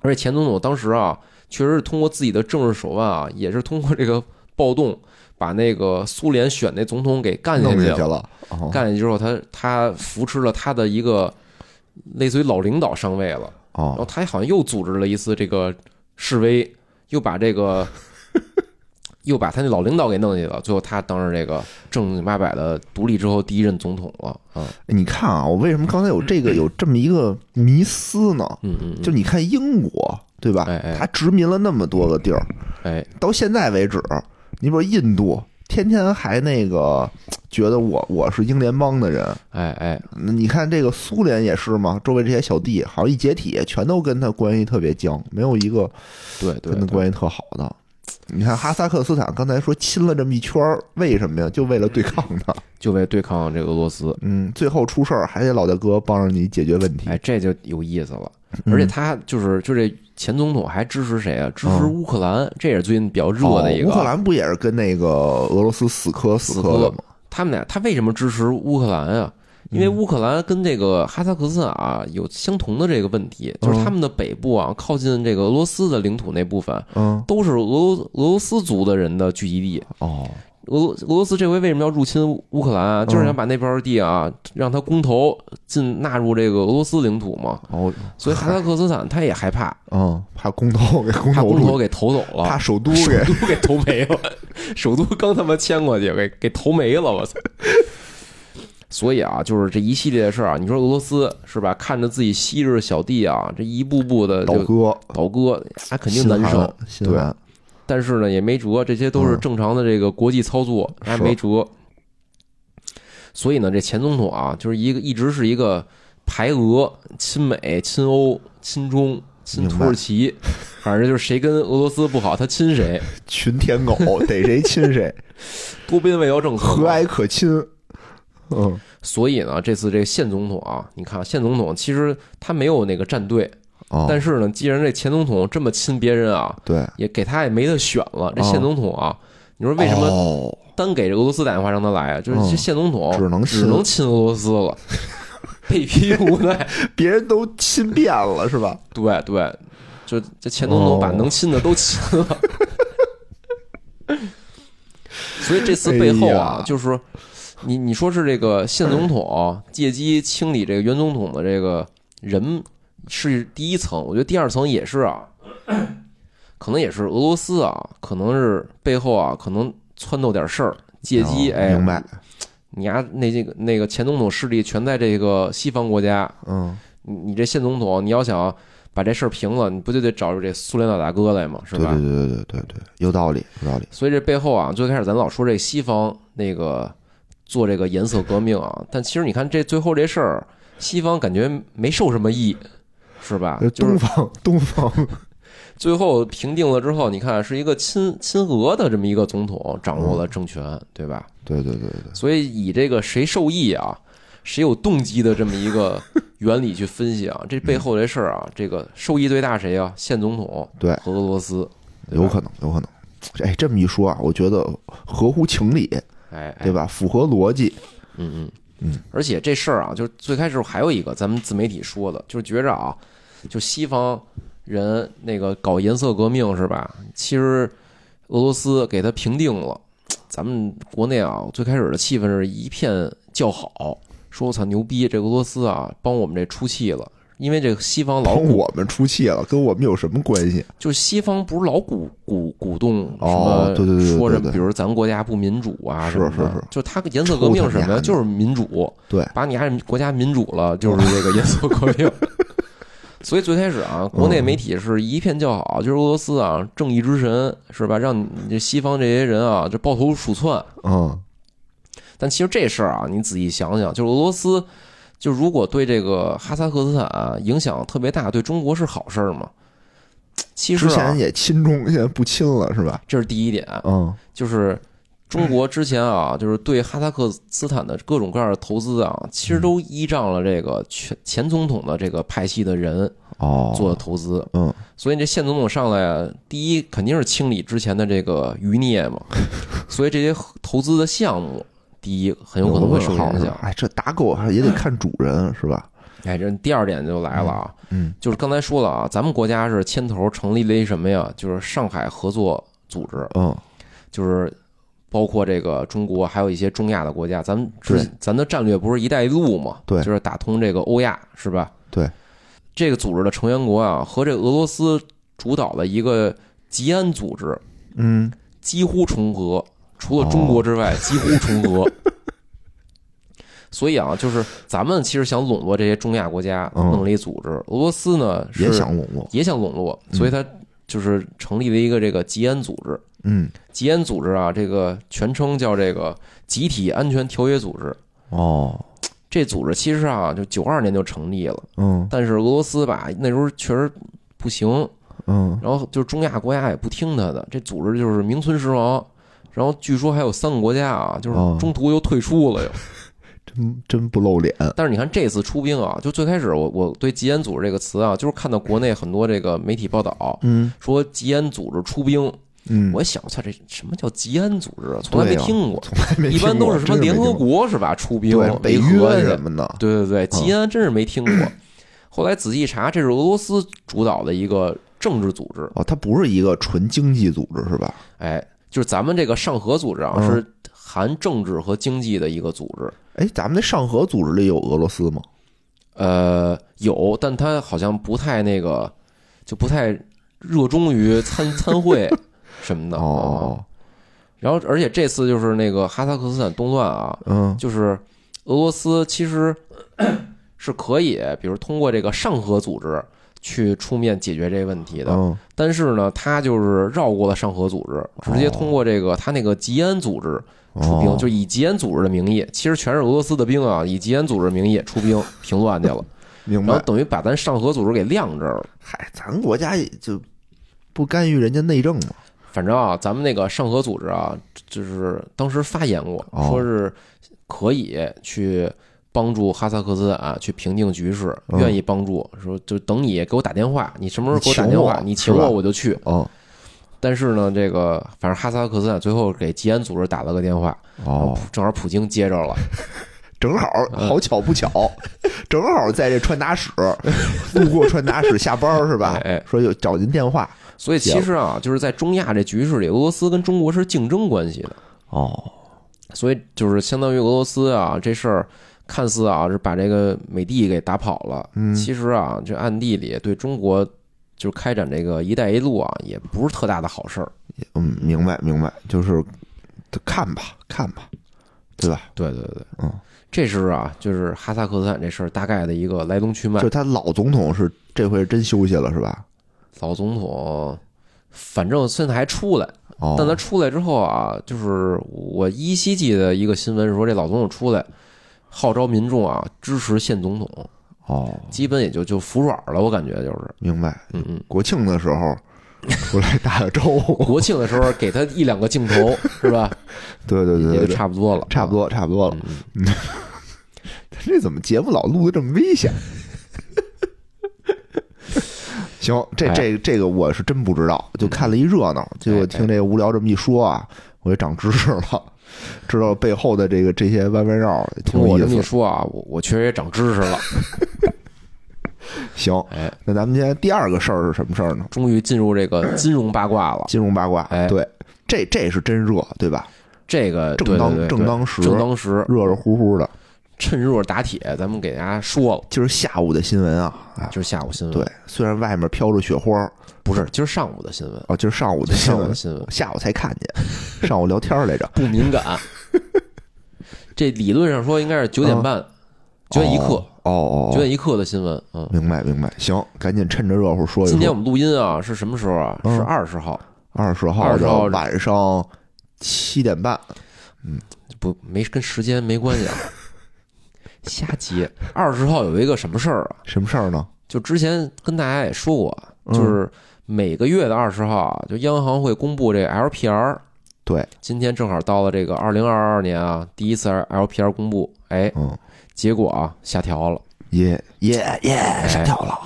B: 而且前总统当时啊，确实是通过自己的政治手腕啊，也是通过这个暴动，把那个苏联选那总统给干下
A: 弄
B: 去
A: 下去
B: 了。
A: 了，哦
B: 干下去之后，他他扶持了他的一个类似于老领导上位了，然后
A: 哦
B: 他好像又组织了一次这个示威，又把这个 又把他那老领导给弄下去了。最后他当上这个正经八百的独立之后第一任总统了。啊，
A: 你看啊，我为什么刚才有这个有这么一个迷思呢？
B: 嗯嗯，嗯
A: 就你看英国对吧
B: 哎哎？
A: 他殖民了那么多个地儿，
B: 哎，
A: 到现在为止，你比如印度，天天还那个觉得我我是英联邦的人，
B: 哎哎，
A: 那你看这个苏联也是嘛，周围这些小弟好像一解体，全都跟他关系特别僵，没有一个
B: 对对
A: 跟他
B: 对，
A: 关系特好的。你看哈萨克斯坦刚才说亲了这么一圈儿，为什么呀？就为了对抗他。
B: 就为对抗这个俄罗斯。
A: 嗯，最后出事儿还得老大哥帮着你解决问题。
B: 哎，这就有意思了。
A: 嗯
B: 而且他就是就这前总统还支持谁啊？支持
A: 嗯
B: 乌克兰，这也是最近比较热的一个。
A: 哦乌克兰不也是跟那个俄罗斯死磕死磕的吗？
B: 他们俩他为什么支持乌克兰啊？因为
A: 嗯
B: 乌克兰跟这个哈萨克斯坦啊有相同的这个问题，
A: 嗯
B: 就是他们的北部啊靠近这个俄罗斯的领土那部分
A: 嗯，
B: 都是俄罗俄罗斯族的人的聚集地。
A: 哦，
B: 俄罗俄罗斯这回为什么要入侵乌克兰
A: 嗯
B: 啊？就是想把那边地啊让他公投进纳入这个俄罗斯领土嘛。
A: 哦，
B: 所以哈萨克斯坦他也害怕，
A: 嗯，怕公投给公
B: 怕
A: 投
B: 公投
A: 入，
B: 给投走了，
A: 怕首都
B: 首
A: 给
B: 都给投没了， 首都刚他妈迁过去，给给投没了，我操！所以啊，就是这一系列的事儿啊，你说俄罗斯是吧？看着自己昔日小弟啊，这一步步的
A: 倒
B: 就
A: 戈，
B: 倒戈，他肯定难受。
A: 心寒，心啊寒
B: 但是呢，也没辙，这些都是正常的这个国际操作，
A: 是
B: 还没辙。所以呢，这前总统啊，就是一个一直是一个排俄、亲美、亲欧、亲中、亲土耳其，反正就是谁跟俄罗斯不好，他亲谁。
A: 群舔 狗，逮谁亲谁，
B: 多边卫要政策嘛
A: 和蔼可亲。嗯，
B: 所以呢，这次这个现总统啊，你看现总统其实他没有那个战队，
A: 哦，
B: 但是呢，既然这前总统这么亲别人啊，
A: 对，
B: 也给他也没得选了。这
A: 哦
B: 现总统啊，你说为什么
A: 哦
B: 单给这俄罗斯打电话让他来啊？就是
A: 嗯
B: 这现总统
A: 只能亲
B: 只能亲俄罗斯了， 被 逼无奈。
A: 别人都亲遍了是吧？
B: 对对，就这前总统把
A: 哦
B: 能亲的都亲了。所以这次背后
A: 哎
B: 啊
A: 呀，
B: 就是说你你说是这个现总统借机清理这个原总统的这个人是第一层，我觉得第二层也是啊，可能也是俄罗斯啊，可能是背后啊，可能撺掇点事儿，借机
A: 哦
B: 哎，
A: 明白，
B: 你丫那这个那个前总统势力全在这个西方国家，
A: 嗯，
B: 你你这现总统，你要想把这事儿平了，你不就得找这苏联老大哥来吗？是
A: 对
B: 吧？
A: 对对对对对对，有道理，有道理。
B: 所以这背后啊，最开始咱老说这西方那个做这个颜色革命啊，但其实你看这最后这事儿，西方感觉没受什么益，是吧？啊就是
A: 东方，东方，
B: 最后平定了之后，你看是一个亲亲俄的这么一个总统掌握了
A: 嗯
B: 政权，对吧？
A: 对对对对，
B: 所以以这个谁受益啊，谁有动机的这么一个原理去分析啊，这背后这事儿啊，这个受益最大谁啊？现总统
A: 对
B: 和俄罗斯，对吧
A: 有可能，有可能。哎，这么一说啊，我觉得合乎情理，
B: 哎，哎
A: 对吧？符合逻辑。
B: 嗯嗯嗯。而且这事儿啊，就是最开始还有一个咱们自媒体说的，就是觉着啊，就西方人那个搞颜色革命是吧？其实俄罗斯给他平定了，咱们国内啊最开始的气氛是一片叫好，说我操牛逼，这俄罗斯啊帮我们这出气了。因为这个西方老
A: 帮
B: 鼓，
A: 我们出气了，跟我们有什么关系？
B: 就是西方不是老鼓鼓鼓动什
A: 哦
B: 么，
A: 对对对对
B: 说什
A: 对
B: 么，
A: 对
B: 比如咱们国家不民主啊
A: 是
B: 什么的，
A: 是是
B: 就他颜色革命是什么
A: 抽他
B: 呀，
A: 娘
B: 就是民主，
A: 对，嗯
B: 把你还国家民主了，就是这个颜色革 命。所以最开始啊，国内媒体是一片叫
A: 嗯
B: 好，就是俄罗斯啊，正义之神是吧？让你这西方这些人啊，就抱头鼠窜。
A: 嗯，
B: 但其实这事儿啊，你仔细想想，就是俄罗斯，就如果对这个哈萨克斯坦啊、影响特别大，对中国是好事儿吗？其实
A: 之
B: 啊
A: 前，也亲中，现在不亲了是吧？
B: 这是第一点，
A: 嗯
B: 就是中国之前啊，就是对哈萨克斯坦的各种各样的投资啊，其实都依仗了这个前前总统的这个派系的人
A: 哦
B: 做的投资。
A: 嗯，
B: 所以这现总统上来啊，第一肯定是清理之前的这个余孽 嘛，所以这些投资的项目，第一很有可能会受
A: 好
B: 影响。
A: 哎，这打狗还也得看主人是吧？
B: 哎，这第二点就来了啊，
A: 嗯
B: 就是刚才说了啊，咱们国家是牵头成立了一什么呀？就是上海合作组织，
A: 嗯，
B: 就是包括这个中国，还有一些中亚的国家。咱们之
A: 对
B: 咱的战略不是“一带一路”嘛？
A: 对
B: 就是打通这个欧亚，是吧？
A: 对，
B: 这个组织的成员国啊，和这俄罗斯主导的一个吉安组织
A: 嗯，
B: 几乎重合，除了中国之
A: 哦
B: 外，几乎重合。所以啊，就是咱们其实想笼络这些中亚国家，
A: 嗯
B: 弄了一组织。俄罗斯呢是
A: 也想嗯笼络，
B: 也想笼络，所以他就是成立了一个这个吉安组织。
A: 嗯，
B: 吉安组织啊，这个全称叫这个集体安全条约组织。
A: 哦，
B: 这组织其实啊，就九二年就成立了，
A: 嗯
B: 但是俄罗斯吧那时候确实不行，
A: 嗯，
B: 然后就是中亚国家也不听他的，这组织就是名存实亡。然后据说还有三个国家啊，就是
A: 哦
B: 中途又退出了又。
A: 真真不露脸，
B: 但是你看这次出兵啊，就最开始我我对吉安组织这个词啊，就是看到国内很多这个媒体报道
A: 嗯
B: 说吉安组织出兵，
A: 嗯，
B: 我一想我操这什么叫吉安组织啊，从来没
A: 对啊
B: 听过。
A: 从来没
B: 一
A: 听
B: 般都
A: 过
B: 是什么
A: 真没
B: 联合
A: 听过
B: 国是吧？出兵
A: 对北
B: 维和
A: 约
B: 去
A: 什么的，嗯
B: 对对对，吉安真是没听过。后来仔细一查，这是俄罗斯主导的一个政治组织，
A: 哦，它不是一个纯经济组织是吧？
B: 哎，就是咱们这个上合组织啊，
A: 嗯
B: 是含政治和经济的一个组织。
A: 哎，咱们那上合组织里有俄罗斯吗？
B: 呃，有，但他好像不太那个，就不太热衷于参参会什么的。 嗯
A: 哦，
B: 然后，而且这次就是那个哈萨克斯坦动乱啊，
A: 嗯，
B: 就是俄罗斯其实是可以，比如通过这个上合组织去出面解决这问题的，
A: 嗯
B: 但是呢，他就是绕过了上合组织，直接通过这个他那个吉安组织出兵，
A: 哦
B: 就以吉安组织的名义，其实全是俄罗斯的兵啊，以吉安组织的名义出兵平乱去了，
A: 明
B: 然后
A: 白。
B: 等于把咱上合组织给晾这儿了。
A: 嗨，咱国家也就不干预人家内政嘛。
B: 反正啊，咱们那个上合组织啊，就是当时发言过，
A: 哦
B: 说是可以去帮助哈萨克斯坦、啊去平定局势，
A: 嗯
B: 愿意帮助，说就等你给我打电话，你什么时候给我打电话，
A: 你
B: 你
A: 请
B: 请
A: 我
B: 我我就去。
A: 哦
B: 但是呢，这个反正哈萨克斯坦最后给吉安组织打了个电话，
A: 哦，
B: 正好普京接着了，
A: 正好
B: 嗯
A: 好巧不 巧，正好在这传达室路过传达室下班儿是吧
B: 哎哎？
A: 说有找您电话。
B: 所以
A: 行
B: 其实啊，就是在中亚这局势里，俄罗斯跟中国是竞争关系的。
A: 哦，
B: 所以就是相当于俄罗斯啊，这事儿看似啊是把这个美帝给打跑了，
A: 嗯
B: 其实啊这暗地里对中国就是开展这个“一带一路”啊，也不是特大的好事儿。
A: 嗯，明白明白，就是看吧看吧，对吧？
B: 对对对，
A: 嗯，
B: 这是啊，就是哈萨克斯坦这事儿大概的一个来龙去脉
A: 就。他老总统是这回是真休息了是吧？
B: 老总统，反正现在还出来，
A: 哦，
B: 但他出来之后啊，就是我依稀记得一个新闻是说，这老总统出来号召民众啊支持现总统，
A: 哦，
B: 基本也就就服软了，我感觉就是，
A: 明白。
B: 嗯嗯。
A: 国庆的时候 出来打个招呼，
B: 国庆的时候给他一两个镜头，是吧？
A: 对对对
B: 也
A: 对
B: 就
A: 对，
B: 差不多了，
A: 差不多差不多了
B: 嗯。。嗯
A: 这怎么节目老录的这么危险？ 行，这
B: 哎
A: 这这个我是真不知道，就看了一热闹，结果听这个无聊这么一说啊，我就长知识了， 知道背后的这个这些弯弯绕，挺
B: 听我
A: 有
B: 这么
A: 意
B: 一
A: 思。
B: 说啊，我我确实也长知识了，
A: 行，
B: 哎，
A: 那咱们今天第二个事儿是什么事儿呢？
B: 终于进入这个金融八卦了。
A: 金融八卦，
B: 哎
A: 对，这这是真热，对吧？
B: 这个
A: 正当
B: 对对对
A: 正当时
B: 正当时，
A: 热热乎乎的，
B: 趁热打铁，咱们给大家说了，
A: 今儿下午的新闻啊，啊，
B: 就是下午新闻，
A: 对，，虽然外面飘着雪花儿，
B: 不是今儿上午的新闻，
A: 哦，今儿上午的新
B: 上午
A: 闻
B: 的，新闻
A: 下午才看见，上午聊天儿来 着。
B: 不敏感。这理论上说应该是九点半，九点一刻，
A: 哦啊哦，哦
B: 九点一刻的新闻，嗯。
A: 明白明白，行，赶紧趁着热乎哦说一说。
B: 今天我们录音啊，是什么时候啊？
A: 嗯
B: 是二十号，
A: 二十号
B: 20
A: 的
B: 号
A: 晚上七点半，
B: 不没跟时间没关系啊， 瞎接。二十号有一个什么事儿啊？
A: 什么事儿呢？
B: 就之前跟大家也说过啊，
A: 嗯
B: 就是每个月的二十号啊，就央行会公布这个 LPR。
A: 对，
B: 今天正好到了这个二零二二年啊，第一次 LPR 公布，哎，
A: 嗯，
B: 结果啊下调了，
A: 耶耶耶，
B: 哎
A: 上跳了，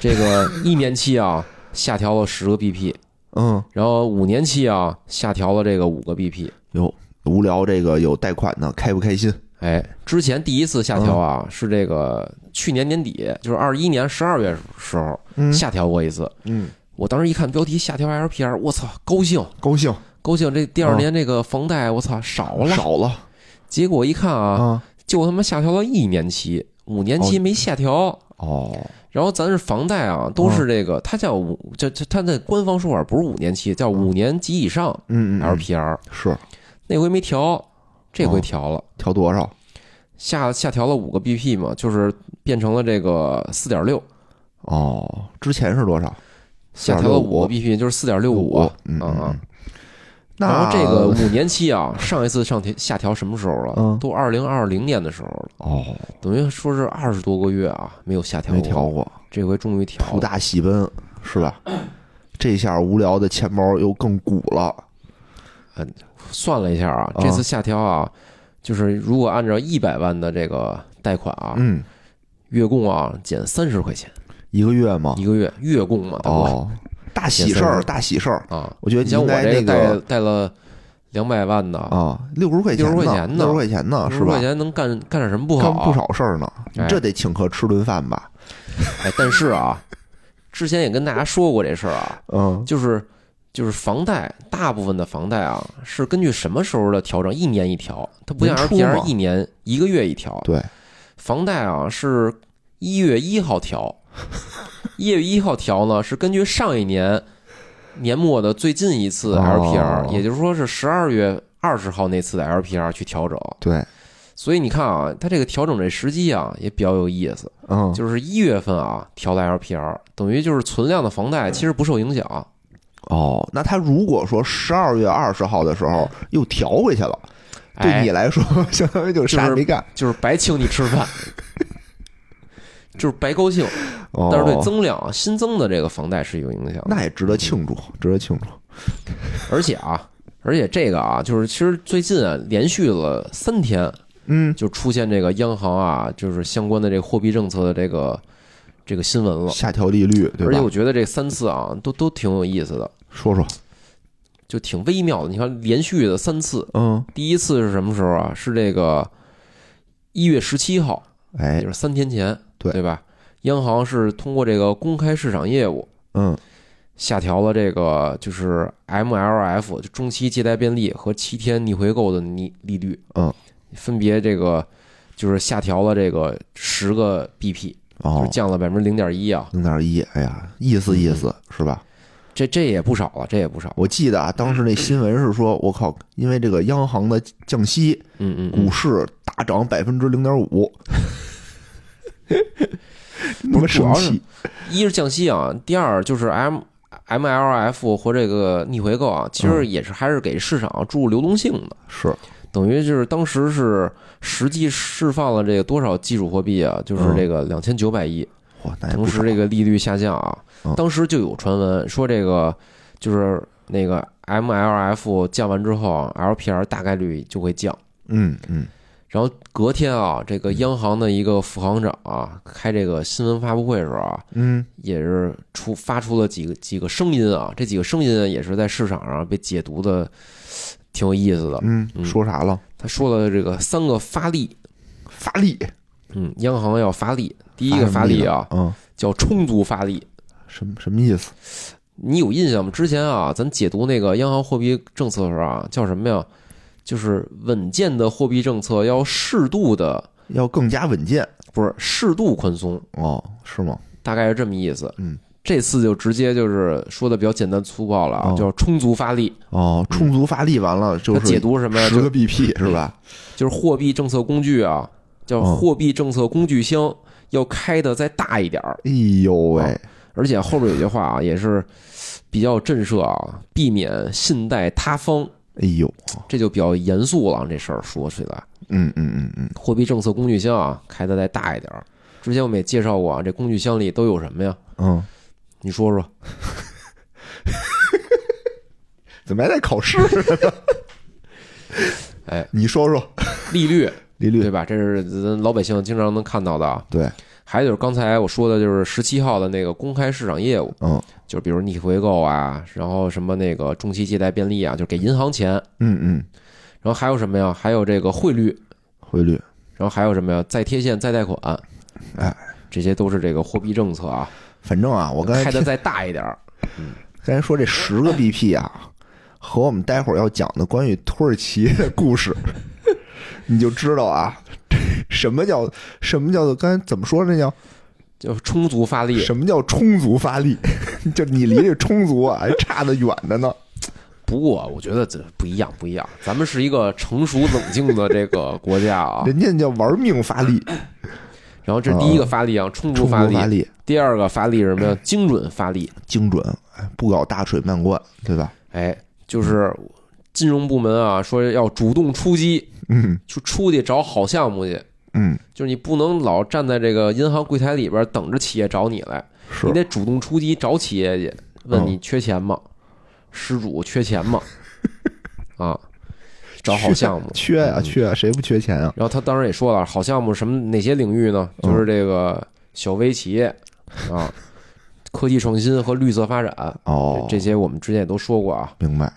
B: 这个一年期啊下调了十个 BP，
A: 嗯，
B: 然后五年期啊下调了这个五个 BP。
A: 哟，无聊这个有贷款的开不开心？
B: 哎，之前第一次下调啊，
A: 嗯
B: 是这个去年年底，就是二一年十二月时候
A: 嗯
B: 下调过一次。
A: 嗯，
B: 我当时一看标题下调 LPR，我操，高兴
A: 高兴
B: 高兴，这第二
A: 嗯
B: 年这个房贷我操少了。
A: 少了
B: 结果一看啊，
A: 啊，
B: 就他妈下调到一年期，五年期没下调。
A: 哦，
B: 然后咱是房贷啊，都是这个，它叫五，这这它的官方说法不是五年期，叫五年及以上
A: 嗯嗯嗯
B: LPR。
A: 是
B: 那回没调，这回调了，
A: 调多少？
B: 下下调了五个 BP 嘛，就是变成了这个四点六，
A: 哦，之前是多少？
B: 下调了五个
A: 4.65
B: BP，就是四点六五啊
A: 嗯嗯
B: 啊
A: 嗯。那
B: 然后这个五年期啊，上一次上调下调什么时候了
A: 嗯？
B: 都二零二零年的时候了，
A: 哦，
B: 等于说是二十多个月啊没有下调
A: 没调
B: 过，
A: 过，
B: 这回终于调
A: 普
B: 了。
A: 大喜奔是 吧？这下无聊的钱包又更鼓了，
B: 算了一下啊，
A: 啊
B: 这次下调啊，就是如果按照一百万的这个贷款啊，
A: 嗯，
B: 月供啊减三十块钱
A: 一个月嘛，
B: 一个月，月供嘛，大哥
A: 哦，大喜事
B: 也
A: 儿，
B: 是
A: 大喜事儿，
B: 啊，
A: 我觉得
B: 你像
A: 应
B: 我
A: 该
B: 这
A: 那
B: 个贷
A: 个
B: 贷了两百万的，
A: 啊，六十块钱，
B: 60块
A: 呢，
B: 钱呢
A: 六十块钱呢，
B: 十
A: 是吧
B: 块？钱能干干点什么不好
A: 干
B: 啊？
A: 不少事儿呢，
B: 哎
A: 这得请客吃顿饭吧？
B: 哎，但是啊，之前也跟大家说过这事儿啊，
A: 嗯，
B: 就是就是房贷，大部分的房贷啊是根据什么时候的调整，一年一调，它不像
A: 年初
B: LPR
A: 嘛
B: 一年一个月一调。
A: 对，
B: 房贷啊是一月一 号调，一月一号调呢是根据上一年年末的最近一次
A: 哦
B: LPR，、也就是说是十二月二十号那次的 LPR 去调整。
A: 对，
B: 所以你看啊，它这个调整这时机啊也比较有意思，
A: 嗯，
B: 就是一月份啊调的 LPR，等于就是存量的房贷其实不受影响。
A: 哦，那他如果说十二月二十号的时候又调回去了，对
B: 哎
A: 你来说相当于就啥也没干，
B: 就是白请你吃 饭，就是白高兴，
A: 哦
B: 但是对增量啊新增的这个房贷是有影响的。
A: 那也值得庆祝，值得庆祝。
B: 而且啊，而且这个啊，就是其实最近啊，连续了三天
A: 嗯，
B: 就出现这个央行啊，就是相关的这个货币政策的这个这个新闻了。
A: 下调利率对
B: 而且我
A: 吧？
B: 觉得这三次啊，都都挺有意思的，
A: 说说，
B: 就挺微妙的。你看，连续的三次，
A: 嗯，
B: 第一次是什么时候啊？是这个一月十七号，也
A: 哎
B: 就，是三天前，
A: 对
B: 对吧？央行是通过这个公开市场业务
A: 嗯，
B: 下调了这个就是 MLF 就中期借贷便利和七天逆回购的利利率，
A: 嗯，
B: 分别这个就是下调了这个十个 BP，就是
A: 哦，
B: 降了百分之零点一啊，
A: 零点一，哎呀，意思意思
B: 嗯
A: 是吧？
B: 这这也不少了，这也不少，
A: 我记得啊，当时那新闻是说，我靠，因为这个央行的降息，
B: 嗯嗯
A: 股
B: 嗯，
A: 市大涨百分之零点 五，那么
B: 不是主
A: 生
B: 要是
A: 气，
B: 一是降息啊，第二就是 M。MLF 和这个逆回购啊，其
A: 嗯
B: 实也是还是给市场注入流动性的。
A: 是
B: 等于就是当时是实际释放了这个多少基础货币啊？就是这个两千九百亿，
A: 哇，那也嗯哎
B: 同
A: 不
B: 时
A: 少
B: 这个利率下降啊
A: 嗯。
B: 当时就有传闻说这个就是那个 MLF 降完之后啊，LPR 大概率就会降。
A: 嗯嗯，
B: 然后隔天啊，这个央行的一个副行长啊，开这个新闻发布会的时候啊，
A: 嗯，
B: 也是出发出了几个几个声音啊，这几个声音也是在市场上被解读的挺有意思的。
A: 嗯，说啥了？
B: 他说了这个三个发力，
A: 发力，
B: 嗯，央行要发力，第一个发力啊，
A: 嗯，
B: 叫充足发力。
A: 什么什么意思？
B: 你有印象吗？之前啊，咱解读那个央行货币政策的时候啊，叫什么呀？就是稳健的货币政策要适度的，
A: 要更加稳健
B: 不是适度宽松，
A: 哦，是吗？
B: 大概是这么意思。
A: 嗯，
B: 这次就直接就是说的比较简单粗暴了啊，
A: 哦
B: 叫充足发力。
A: 哦，充足发力完了就
B: 它
A: 是
B: 嗯解读是什么呀？
A: 十
B: 就
A: 个 BP 是吧？
B: 就是货币政策工具啊，叫
A: 哦
B: 货币政策工具箱要开的再大一点儿。
A: 哎呦
B: 嗯
A: 喂，
B: 而且后边有句话啊，也是比较震慑啊，避免信贷塌方，
A: 哎呦，
B: 这就比较严肃了啊。这事儿说起来，
A: 嗯嗯嗯嗯，
B: 货币政策工具箱啊，开的再大一点儿。之前我们也介绍过啊，这工具箱里都有什么呀？
A: 嗯，
B: 你说说，
A: 怎么还在考 试呢？
B: 哎，
A: 你说说
B: 利率
A: 利率
B: 对吧？这是咱老百姓经常能看到的啊。
A: 对，
B: 还有就是刚才我说的，就是十七号的那个公开市场业务，
A: 嗯
B: 就比如逆回购啊，然后什么那个中期借贷便利啊，就给银行钱，
A: 嗯嗯，
B: 然后还有什么呀？还有这个汇率，
A: 汇率
B: 然后还有什么呀？再贴现、再贷款，
A: 哎，
B: 这些都是这个货币政策啊，
A: 反正啊，我刚才
B: 开
A: 听
B: 的再大一 点儿。
A: 刚才说这十 个 BP 啊，和我们待会儿要讲的关于土耳其的故 事，你就知道啊，什么叫什么叫做刚才怎么说那叫
B: 就充足发力，
A: 什么叫充足发力？ 就你离这充足啊，还差得远着呢。
B: 不过我觉得这不一样，不一样。咱们是一个成熟冷静的这个国家啊。
A: 人家叫玩命发力，
B: 然后这是第一个发力
A: 哦
B: 啊，充足
A: 充足
B: 发力。
A: 发力，
B: 第二个发力是什么呀？精准发力。
A: 精准，哎不搞大水漫灌，对吧？
B: 哎，就是金融部门啊，说要主动出击，
A: 嗯
B: 去出去找好项目去。
A: 嗯，
B: 就是你不能老站在这个银行柜台里边等着企业找你来，
A: 是嗯
B: 你得主动出击找企业去，问你缺钱吗？失主缺钱 吗？啊，找好项目。
A: 缺呀、
B: 嗯
A: 缺啊，谁不缺钱啊？
B: 然后他当时也说了，好项目什么哪些领域呢？
A: 嗯
B: 就是这个小微企业 啊，科技创新和绿色发展
A: 哦，
B: 这些，我们之前也都说过啊，
A: 明白，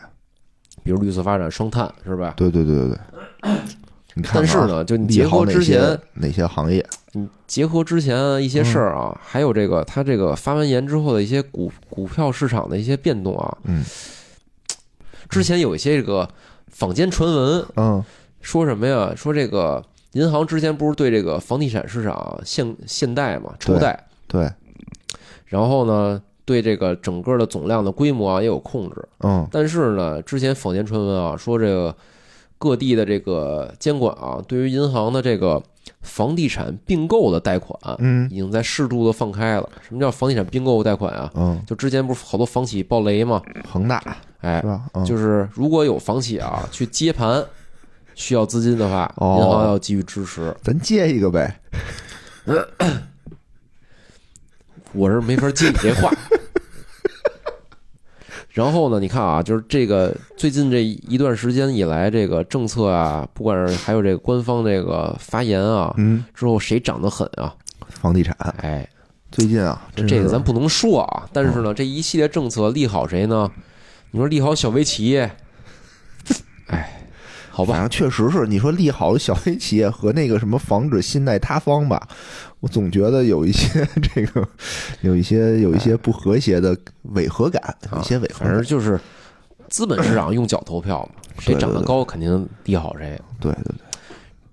B: 比如绿色发展、双碳是吧？
A: 对对对对对。 你看看啊、
B: 但是呢，就你
A: 利
B: 结
A: 好
B: 合
A: 哪
B: 之
A: 些
B: 前，
A: 哪些行业？
B: 你结合之前
A: 嗯
B: 一些事儿啊，还有这个他这个发完言之后的一些股股票市场的一些变动啊，
A: 嗯，
B: 之前有一些这个坊间传闻
A: 嗯
B: 说什么呀？说这个银行之前不是对这个房地产市场限限贷嘛，抽
A: 对
B: 贷，，
A: 对，
B: 然后呢，对这个整个的总量的规模啊也有控制，
A: 嗯
B: 但是呢，之前坊间传闻啊说这个各地的这个监管啊，对于银行的这个房地产并购的贷款。啊
A: 嗯
B: 已经在适度的放开了。什么叫房地产并购贷款啊？
A: 嗯，
B: 就之前不是好多房企爆雷吗？
A: 恒大
B: 哎
A: 是，吧？嗯，
B: 就是如果有房企啊去接盘，需要资金的话，银
A: 哦
B: 行要给予支持。
A: 咱接一个呗。
B: 我是没法接你这话。然后呢，你看啊，就是这个最近这一段时间以来，这个政策啊，不管是还有这个官方这个发言啊，
A: 嗯，
B: 之后谁涨得狠啊？
A: 房地产
B: 哎，
A: 最近啊，真
B: 这个
A: 是哦
B: 咱不能说啊，但是呢，这一系列政策利好谁呢？你说利好小微企业，哎，好
A: 反
B: 吧，
A: 正确实是，你说利好小微企业和那个什么防止信贷塌方吧，我总觉得有一些这个有一些有一些不和谐的违和感，有一些违和
B: 啊反正
A: 感。
B: 就是资本市场用脚投票嘛，谁涨得高肯定利好谁。
A: 对对对，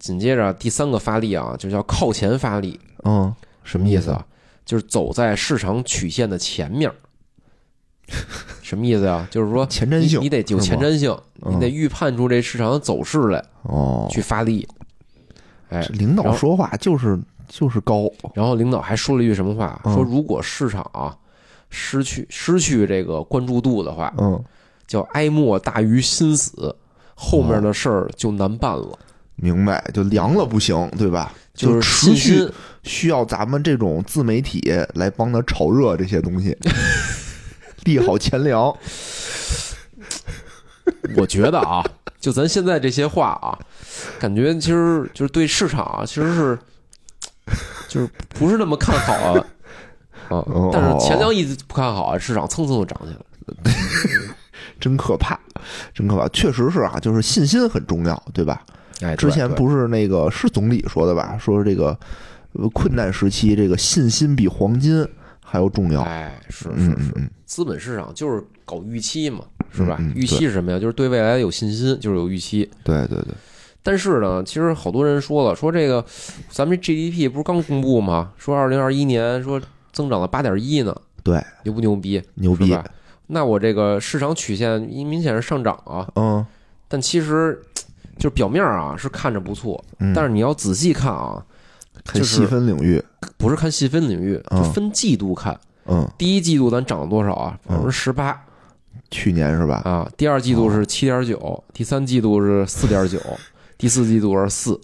B: 紧接着第三个发力啊，就叫靠前发力，
A: 嗯，什么
B: 意
A: 思？
B: 啊？就是走在市场曲线的前 面儿。什么意思啊？就是说
A: 前瞻性
B: 你，你得有
A: 是吗
B: 前瞻性，你
A: 嗯
B: 得预判出这市场的走势来
A: 哦，
B: 去发力。哎，
A: 这领
B: 然
A: 导
B: 后
A: 说话就是就是高，
B: 然后领导还说了一句什么话？
A: 嗯
B: 说如果市场啊失去失去这个关注度的话，
A: 嗯，
B: 叫哀莫大于心死，后面的事儿就难办了。
A: 明白，就凉了不行，对吧？
B: 就是
A: 持
B: 信
A: 续
B: 心，
A: 需要咱们这种自媒体来帮他炒热这些东 西，利好钱粮。
B: 我觉得啊， 就咱现在这些话啊，感觉其实就是对市场啊，其实是就是不是那么看好 啊。啊
A: 哦，
B: 但是前两一直不看好啊，市场蹭蹭就涨起来了。
A: 真可怕，真可怕，确实是啊，就是信心很重要，对吧？
B: 哎，对
A: 之前
B: 对
A: 不是那个是总理说的吧？说这个呃困难时期，这个信心比黄金还要重要。
B: 哎，是是
A: 嗯
B: 是
A: 嗯，嗯，
B: 资本市场就是搞预期嘛，是吧
A: 嗯嗯？
B: 预期是什么呀？就是对未来有信心，就是有预期。
A: 对对对，
B: 但是呢，其实好多人说了，说这个咱们这 GDP 不是刚公布吗？说二零二一年说增长了八点一呢，
A: 对，
B: 牛不牛逼？
A: 牛
B: 是
A: 逼，
B: 吧？那我这个市场曲线明显是上涨啊，
A: 嗯
B: 但其实就是表面啊是看着不错，
A: 嗯，
B: 但是你要仔细看啊，
A: 很
B: 就是
A: 细分领域，
B: 不是看细分领域，就
A: 嗯
B: 分季度看。
A: 嗯，
B: 第一季度咱涨了多少啊？百分之十八。
A: 去年是吧？
B: 啊，第二季度是七点
A: 哦
B: 九，第三季度是四点九，第四季度 是四。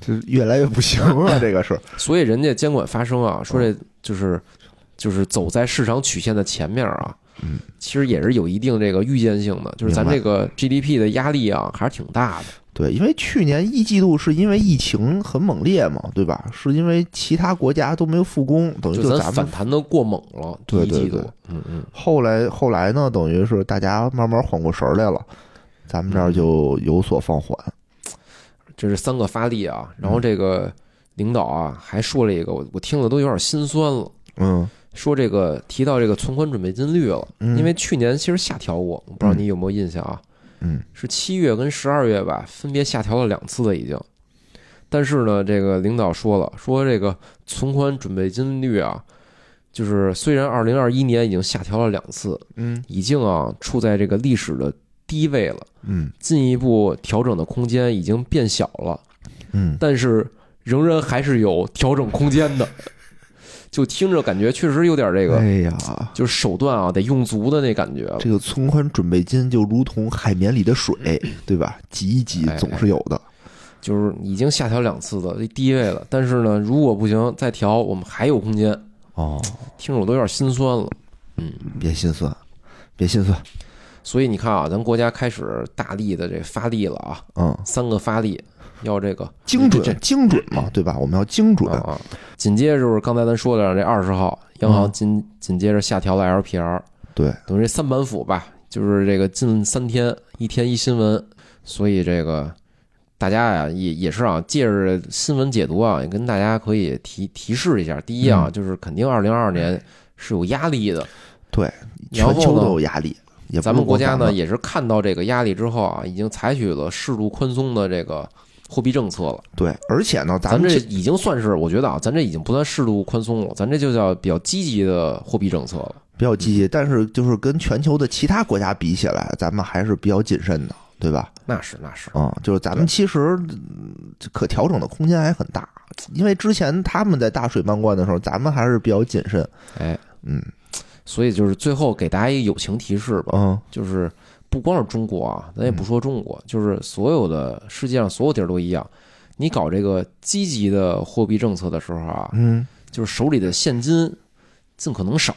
A: 这越来越不行了，这个是，
B: 所以人家监管发声啊，说这就是就是走在市场曲线的前面啊，
A: 嗯，
B: 其实也是有一定这个预见性的，就是咱
A: 明白
B: 这个 GDP 的压力啊还是挺大的。
A: 对，因为去年一季度是因为疫情很猛烈嘛，对吧？是因为其他国家都没有复工，等于
B: 就
A: 就
B: 咱
A: 咱
B: 反
A: 们
B: 弹的过猛了，第
A: 对
B: 一季
A: 对
B: 度
A: 对，
B: 嗯嗯，
A: 后来后来呢，等于是大家慢慢缓过神儿来了，咱们这儿就有所放缓。
B: 这是三个发力啊。
A: 嗯
B: 然后这个领导啊还说了一个，我我听了都有点心酸了。
A: 嗯
B: 说这个提到这个存款准备金率了，
A: 嗯
B: 因为去年其实下调过，我不知道你有没有印象啊？
A: 嗯，
B: 是七月跟十二月吧，分别下调了两次了已经。但是呢，这个领导说了，说这个存款准备金率啊，就是虽然二零二一年已经下调了两次，
A: 嗯
B: 已经啊处在这个历史的低位了，
A: 嗯
B: 进一步调整的空间已经变小了。
A: 嗯，
B: 但是仍然还是有调整空间的。 就听着感觉确实有点这个，
A: 哎呀，
B: 就是手段啊得用足的那感觉。
A: 这个存款准备金就如同海绵里的 水，对吧？挤一挤
B: 哎
A: 总是有的。
B: 就是已经下调两次的这低位了，但是呢，如果不行再调，我们还有空间。
A: 哦，
B: 听着我都有点心酸了。
A: 别心酸，别心酸。
B: 所以你看啊，咱国家开始大力的这发力了啊，
A: 嗯，
B: 三个发力，要这个
A: 精准
B: 这
A: 精准嘛，对吧？我们要精准
B: 啊。啊。紧接着就是刚才咱说的这二十号，央行紧紧接着下调了 LPR，
A: 嗯对，
B: 等于这三板斧吧，就是这个近三天，一天一新闻，所以这个大家呀、也也是啊，借着新闻解读啊，也跟大家可以提提示一下。第一
A: 嗯
B: 啊，
A: 哎
B: 就是肯定二零二二年是有压力的，
A: 对，
B: 然后
A: 全
B: 呢
A: 球都有压力。也不
B: 咱们
A: 是光
B: 国家呢
A: 咱们
B: 也是看到这个压力之后啊，已经采取了适度宽松的这个货币政策了。
A: 对，而且呢，
B: 咱
A: 们
B: 这
A: 这
B: 已经算是，我觉得啊，咱这已经不算适度宽松了，咱这就叫比较积极的货币政策了。
A: 比较积极，但是就是跟全球的其他国家比起来，咱们还是比较谨慎的，对吧？
B: 那是那是，
A: 嗯，就是咱们其实嗯可调整的空间还很大，因为之前他们在大水漫灌的时候，咱们还是比较谨慎。
B: 哎，
A: 嗯
B: 所以就是最后给大家一个友情提示吧，
A: 嗯
B: 就是不光是中国啊，咱也不说中国，就是所有的世界上所有地儿都一样。你搞这个积极的货币政策的时候啊，
A: 嗯，
B: 就是手里的现金尽可能少，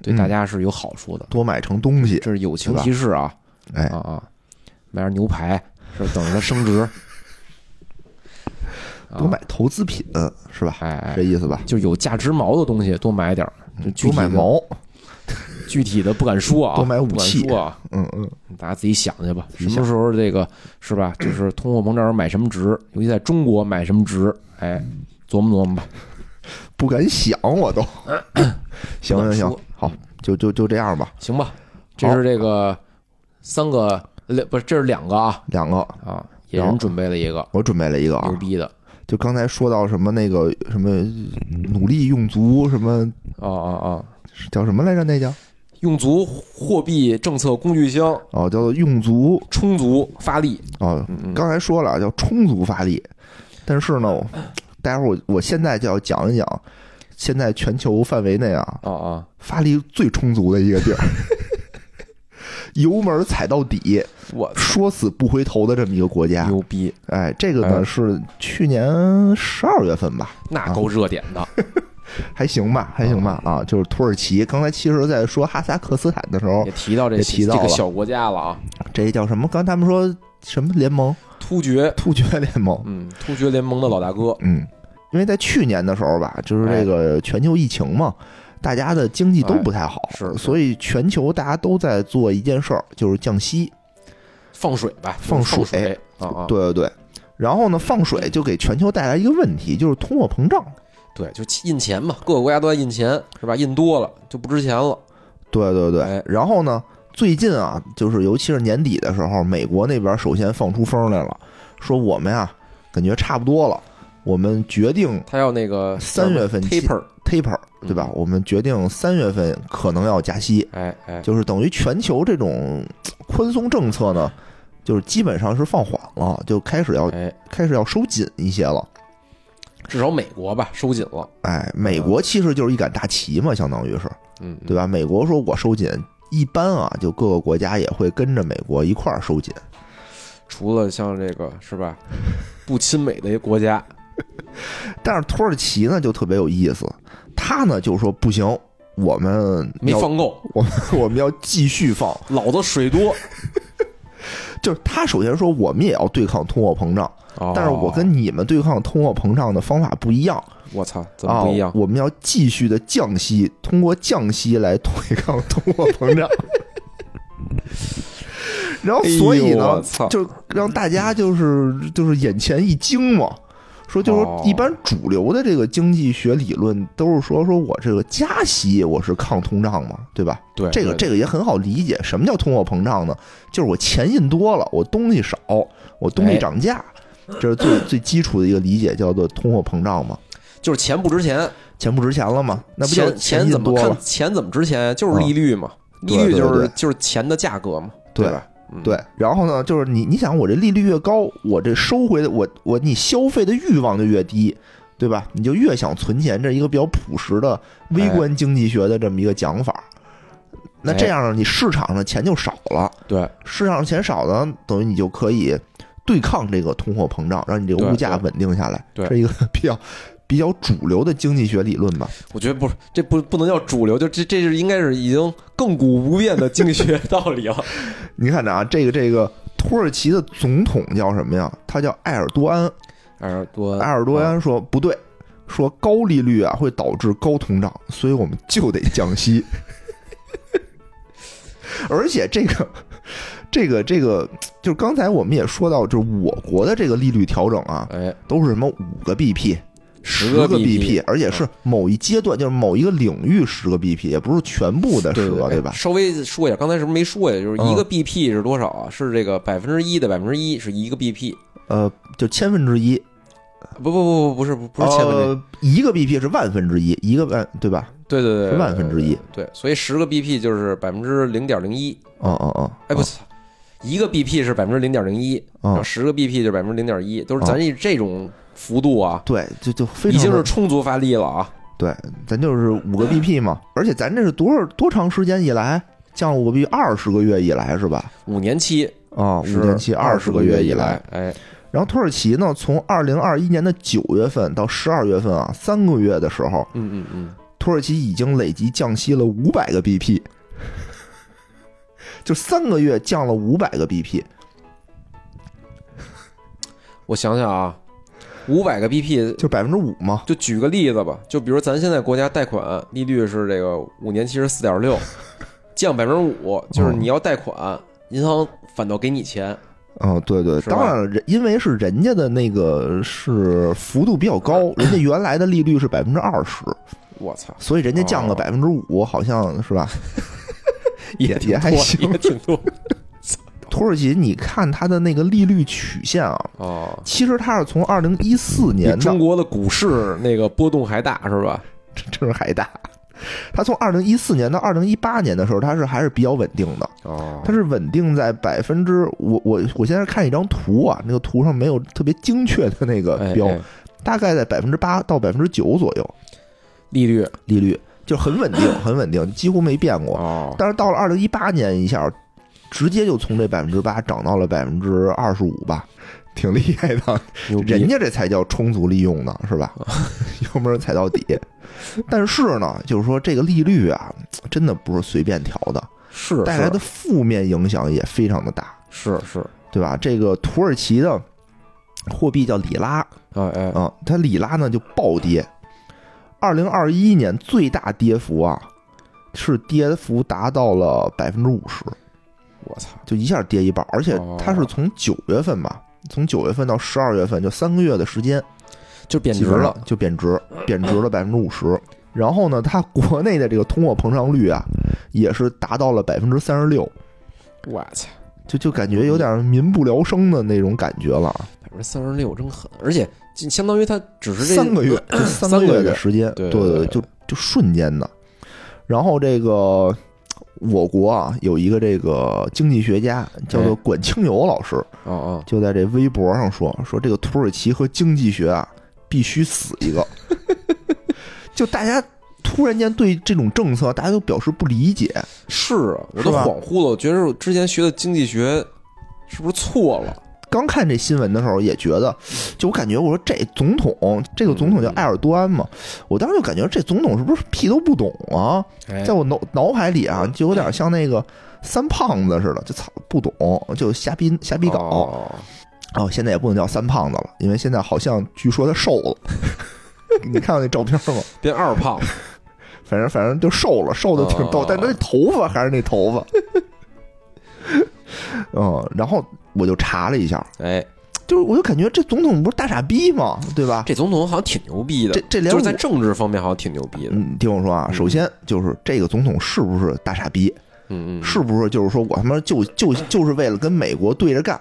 B: 对
A: 嗯
B: 大家是有好处的。
A: 多买成东西，
B: 这是友情
A: 对吧
B: 提示啊
A: 哎
B: 啊，啊！买点牛排是等着它升 值，啊
A: 多买投资品是吧？
B: 哎啊哎
A: 这，意思吧？
B: 就有价值毛的东西多买点儿，就具
A: 嗯多
B: 体
A: 买
B: 的
A: 毛，
B: 具体的不敢说啊，
A: 多买武
B: 不敢
A: 器
B: 说啊，
A: 嗯嗯，
B: 大家自己想去吧，
A: 自
B: 什
A: 己想
B: 么时候这个是 吧？就是通货膨胀时候买什么值，尤其在中国买什么值，哎，
A: 嗯
B: 琢磨琢磨吧。
A: 不敢想我 都。行
B: 不敢
A: 行行
B: 说，
A: 好，就就就这样吧，
B: 行吧，这是这个三个两不是这是两个啊
A: 两个。
B: 啊，野人准备了一个
A: 我准备了一个啊
B: 牛，逼的
A: 就刚才说到什么那个什么努力用足什么
B: 啊啊啊，
A: 叫什么来着？那叫
B: 用足货币政策工具箱，
A: 哦，叫做用足
B: 充足发力，
A: 哦
B: 嗯。嗯
A: 刚才说了叫充足发力，但是呢，我待会儿我我现在就要讲一讲，现在全球范围内啊，
B: 啊啊，
A: 发力最充足的一个地儿， 油门踩到底，
B: 我
A: 说死不回头的这么一个国家。
B: 牛逼，
A: 哎，这个
B: 哎
A: 呢是去年十二月份吧，
B: 那够热点的，
A: 还行吧，还行吧啊，就是土耳其。刚才其实，在说哈萨克斯坦的时候
B: 也，提到这
A: 也提到
B: 这个
A: 了
B: 小国家了啊，
A: 这叫什么？刚才他们说什么联盟？
B: 突厥，
A: 突厥联 盟。
B: 嗯，突厥联盟的老大哥，
A: 嗯，因为在去年的时候吧，就是这个全球疫情嘛，大家的经济都不太好，
B: 哎哎是是
A: 所以全球大家都在做一件事儿，就是降息。
B: 放水吧，
A: 放
B: 水
A: 水
B: 啊啊，
A: 对对对，然后呢，放水就给全球带来一个问题，就是通货膨胀。
B: 对，就印钱嘛，各个国家都在印钱，是吧？印多了就不值钱了。
A: 对对
B: 哎
A: 对，然后呢，最近啊，就是尤其是年底的时候，美国那边首先放出风来了，说我们呀，感觉差不多了，我们决定
B: 他要那个
A: 三月份
B: taper，儿
A: taper，对
B: 嗯
A: 吧？我们决定三月份可能要加息。
B: 哎哎，
A: 就是等于全球这种呃宽松政策呢，就是基本上是放缓了，就开始要
B: 哎，
A: 开始要收紧一些了。
B: 至少美国吧收紧了，
A: 哎，美国其实就是一杆大旗嘛，相当于是，
B: 嗯，
A: 对吧？美国说我收紧，一般啊，就各个国家也会跟着美国一块儿收紧。
B: 嗯？除了像这个是吧，不亲美的一个 国家，
A: 但是土耳其呢，就特别有意思，他呢就说不行，我们
B: 没
A: 要，
B: 放够，
A: 我们我们要继续放。
B: 老子水多。
A: 就是他首先说，我们也要对抗通货膨胀，
B: 哦
A: 但是我跟你们对抗通货膨胀的方法不一样
B: 我操，怎
A: 啊
B: 么不一样？
A: 我们要继续的降息，通过降息来对抗通货膨胀。 然后，所以
B: 哎呦我
A: 呢，
B: 操，
A: 就让大家就是就是眼前一惊嘛，说就是
B: 哦
A: 说一般主流的这个经济学理论都是说说我这个加息我是抗通胀嘛，对吧？
B: 对
A: 这个这
B: 对
A: 个也很好理解，什么叫通货膨胀呢？就是我钱印多了，我东西少，我东
B: 哎
A: 西涨价，这是最最基础的一个理解，叫做通货膨胀嘛。
B: 就是钱不值钱，
A: 钱不值钱了嘛，那不就
B: 钱钱怎
A: 印
B: 么
A: 多了
B: 看？？钱怎么值钱？就是利率嘛，利
A: 对
B: 率
A: 对
B: 就是
A: 对
B: 就是钱的价格嘛，
A: 对
B: 吧？嗯
A: 对，然后呢，就是你你想，我这利率越高，我这收回的我我你消费的欲望就越低，对吧？你就越想存钱，这是一个比较朴实的
B: 哎
A: 微观经济学的这么一个讲法。那这样呢，你市场上钱就少了，
B: 对，
A: 市场上钱少呢，等于你就可以对抗这个通货膨胀，让你这个
B: 对
A: 物价
B: 对
A: 稳定下来，
B: 对
A: 这是一个比较比较主流的经济学理论吧。
B: 我觉得不是，这不不能叫主流，就这这是应该是已经亘古不变的经济学道理了。
A: 你看着啊，这个这个土耳其的总统叫什么呀？他叫埃尔多安。
B: 埃尔多
A: 埃尔多安说不对，说高利率啊会导致高通胀，所以我们就得降息。 而且这个，这个，这个，就是刚才我们也说到，就是我国的这个利率调整啊，
B: 哎，
A: 都是什么五个 BP、十
B: 个嗯 BP
A: BP，而且是某一阶段，就是某一个领域十个 BP，也不是全部的十
B: 对
A: 个，
B: 对
A: 对吧？
B: 稍微说一下，刚才是不是没说呀？就是一个 BP 是多少啊？是这个百分之一的百分之一是一个 BP，
A: 呃，就千分之一，
B: 不不不不不是不不是千分之一，
A: 呃，一个 BP 是万分之一，一个万，对吧？
B: 对对对，
A: 是万分之一。
B: 对，所以十个 BP 就是百分之零点零一，
A: 嗯嗯嗯，
B: 哎不是。一个 BP 是百分之零点零一，然后
A: 嗯，
B: 十个 BP 就百分之零点一，都是
A: 啊
B: 咱以这种幅度啊，
A: 对，就就非
B: 已
A: 常
B: 经
A: 的
B: 是充足发力了啊！
A: 对，咱就是五个 BP 嘛，而且咱这是多少多长时间以来降五个 BP？二十个月以来是吧？
B: 五年期
A: 啊、
B: 是
A: 五年期二
B: 十
A: 十
B: 个
A: 个月
B: 以
A: 来。，
B: 哎，
A: 然后土耳其呢，从二零二一年的九月份到十二月份啊，三个月的时候，
B: 嗯嗯嗯，
A: 土耳其已经累计降息了五百个 BP，就三个月降了五百个 BP。
B: 我想想啊，五百个 BP，
A: 就百分之五嘛，
B: 就举个例子吧，就比如咱现在国家贷款利率是这个五年期是四点六，降百分之五，
A: 哦
B: 就是你要贷款，银行反倒给你钱，
A: 嗯，对对，
B: 是吧
A: 当然了，人因为是人家的那个是幅度比较高，
B: 哎
A: 人家原来的利率是百分之二十，
B: 我操，
A: 所以人家降了
B: 哦
A: 百分之五，好像是吧？
B: 也
A: 也
B: 挺多
A: 还行
B: 也挺 多
A: 土耳其，你看它的那个利率曲线啊，
B: 哦。
A: 其实它是从二零一四
B: 比
A: 年的，
B: 中国的股市那个波动还大是吧？
A: 真是还大。它从二零一四年到二零一八年的时候，它是还是比较稳定的，
B: 哦
A: 它是稳定在百分之我我我现在看一张图啊，那个图上没有特别精确的那个
B: 哎
A: 标，
B: 哎
A: 大概在百分之八到百分之九左右
B: 利率
A: 利率，就很稳定， 很稳定，几乎没变过。
B: 哦，
A: 但是到了二零一八年一下，直接就从这百分之八涨到了百分之二十五吧，挺厉害的。
B: 牛逼
A: 人家这才叫充足利用呢，是 吧？要不然踩到底。但是呢，就是说这个利率啊，真的不是随便调的，
B: 是
A: 带来的负面影响也非常的大，
B: 是是
A: 对吧？这个土耳其的货币叫里拉
B: 哎哎
A: 啊，它里拉呢就暴跌，二零二一年最大跌幅啊，是跌幅达到了百分之五十。
B: 我操，
A: 就一下跌一半，而且
B: 哦
A: 它是从九月份吧，从九月份到十二月份，就三个月的时间，
B: 就贬
A: 基
B: 值
A: 本上
B: 了，
A: 就贬值，贬值了百分之五十。然后呢，它国内的这个通货膨胀率啊，也是达到了百分之三十六，
B: 我操，
A: 就就感觉有点民不聊生的那种感觉了。啊
B: 百分之三十六真狠，而且就相当于它只是这
A: 三个月，就三个
B: 三个
A: 月
B: 月
A: 的时间，
B: 对
A: 对
B: 对对
A: 就就瞬间的。然后这个我国啊，有一个这个经济学家叫做
B: 哎
A: 管清友老师，
B: 哦哦，
A: 就在这微博上说说这个土耳其和经济学啊必须死一个， 就大家突然间对这种政策大家都表示不理解，
B: 是啊，我
A: 是
B: 都
A: 吧
B: 恍惚了，我觉得我之前学的经济学是不是错了？
A: 刚看这新闻的时候也觉得，就我感觉我说这总统，这个总统叫埃尔多安嘛，我当时就感觉这总统是不是屁都不懂啊？
B: 哎嗯
A: 在我脑脑海里啊，就有点像那个三胖子似的，就操不懂，就瞎逼瞎逼搞。哦
B: 哦
A: 现在也不能叫三胖子了，因为现在好像据说他瘦了。 你看到那照片吗？
B: 变二胖，
A: 反正反正就瘦了，瘦的挺
B: 哦
A: 逗，但他那头发还是那头发。 嗯，然后我就查了一下，
B: 哎，
A: 就是我就感觉这总统不是大傻逼吗？对吧？
B: 这总统好像挺牛逼的，
A: 这这连
B: 就是在
A: 我
B: 政治方面好像挺牛逼的，
A: 嗯，听我说啊，首先就是这个总统是不是大傻逼？
B: 嗯嗯，
A: 是不是就是说我他妈就就就是为了跟美国对着干？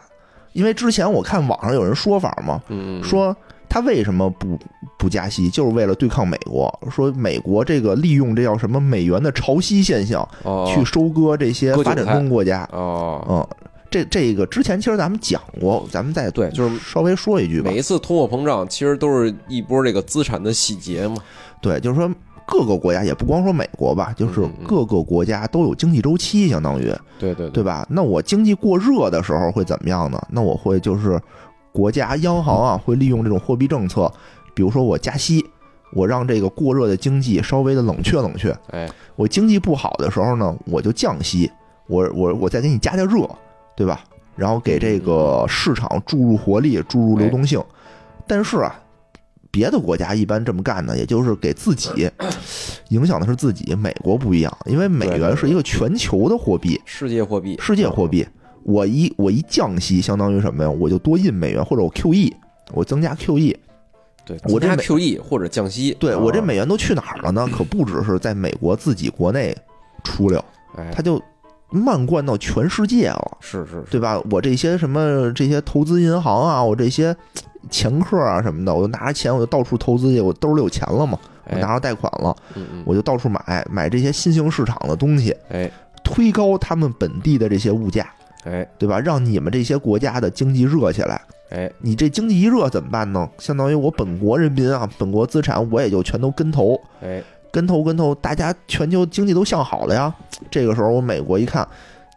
A: 因为之前我看网上有人说法嘛，
B: 嗯嗯
A: 说他为什么不不加息，就是为了对抗美国。说美国这个利用这叫什么美元的潮汐现象
B: 哦
A: 去收割这些
B: 割韭
A: 发展中国家。
B: 哦，
A: 嗯，这这个之前其实咱们讲过，咱们再
B: 对就是
A: 稍微说一句吧
B: 每。一次通货膨胀其实都是一波这个资产的洗劫嘛，
A: 对，就是说各个国家也不光说美国吧，就是
B: 嗯嗯嗯
A: 各个国家都有经济周期，相当于。
B: 对对
A: 对吧？那我经济过热的时候会怎么样呢？那我会就是国家央行啊会利用这种货币政策，比如说我加息，我让这个过热的经济稍微的冷却冷却。
B: 哎，
A: 我经济不好的时候呢，我就降息，我我我再给你加点热，对吧？然后给这个市场注入活力，注入流动性。
B: 嗯
A: 但是啊，别的国家一般这么干呢，也就是给自 己影响的是自己。美国不一样，因为美
B: 对
A: 元是一个全球的货币，
B: 世界货币，
A: 世界货币，我一我一降息，相当于什么呀？我就多印美元，或者我 QE，我增加 QE。
B: 对，
A: 我这
B: 增加
A: 美
B: QE 或者降息，
A: 对
B: 啊
A: 我这，美元都去哪儿了呢？可不只是在美国自己国内出溜，
B: 哎，
A: 它就漫灌到全世界了，
B: 是是是，
A: 对吧？我这些什么这些投资银行啊，我这些掮客啊什么的，我就拿着钱我就到处投资去，我兜里有钱了嘛，我
B: 哎，
A: 拿着贷款了，
B: 嗯嗯，
A: 我就到处买买这些新兴市场的东西，
B: 哎
A: 推高他们本地的这些物价，
B: 哎
A: 对吧？让你们这些国家的经济热起来。
B: 哎，
A: 你这经济一热怎么办呢？相当于我本国人民啊，本国资产我也就全都跟投，
B: 哎，
A: 跟投跟投，大家全球经济都向好了呀。这个时候我美国一看，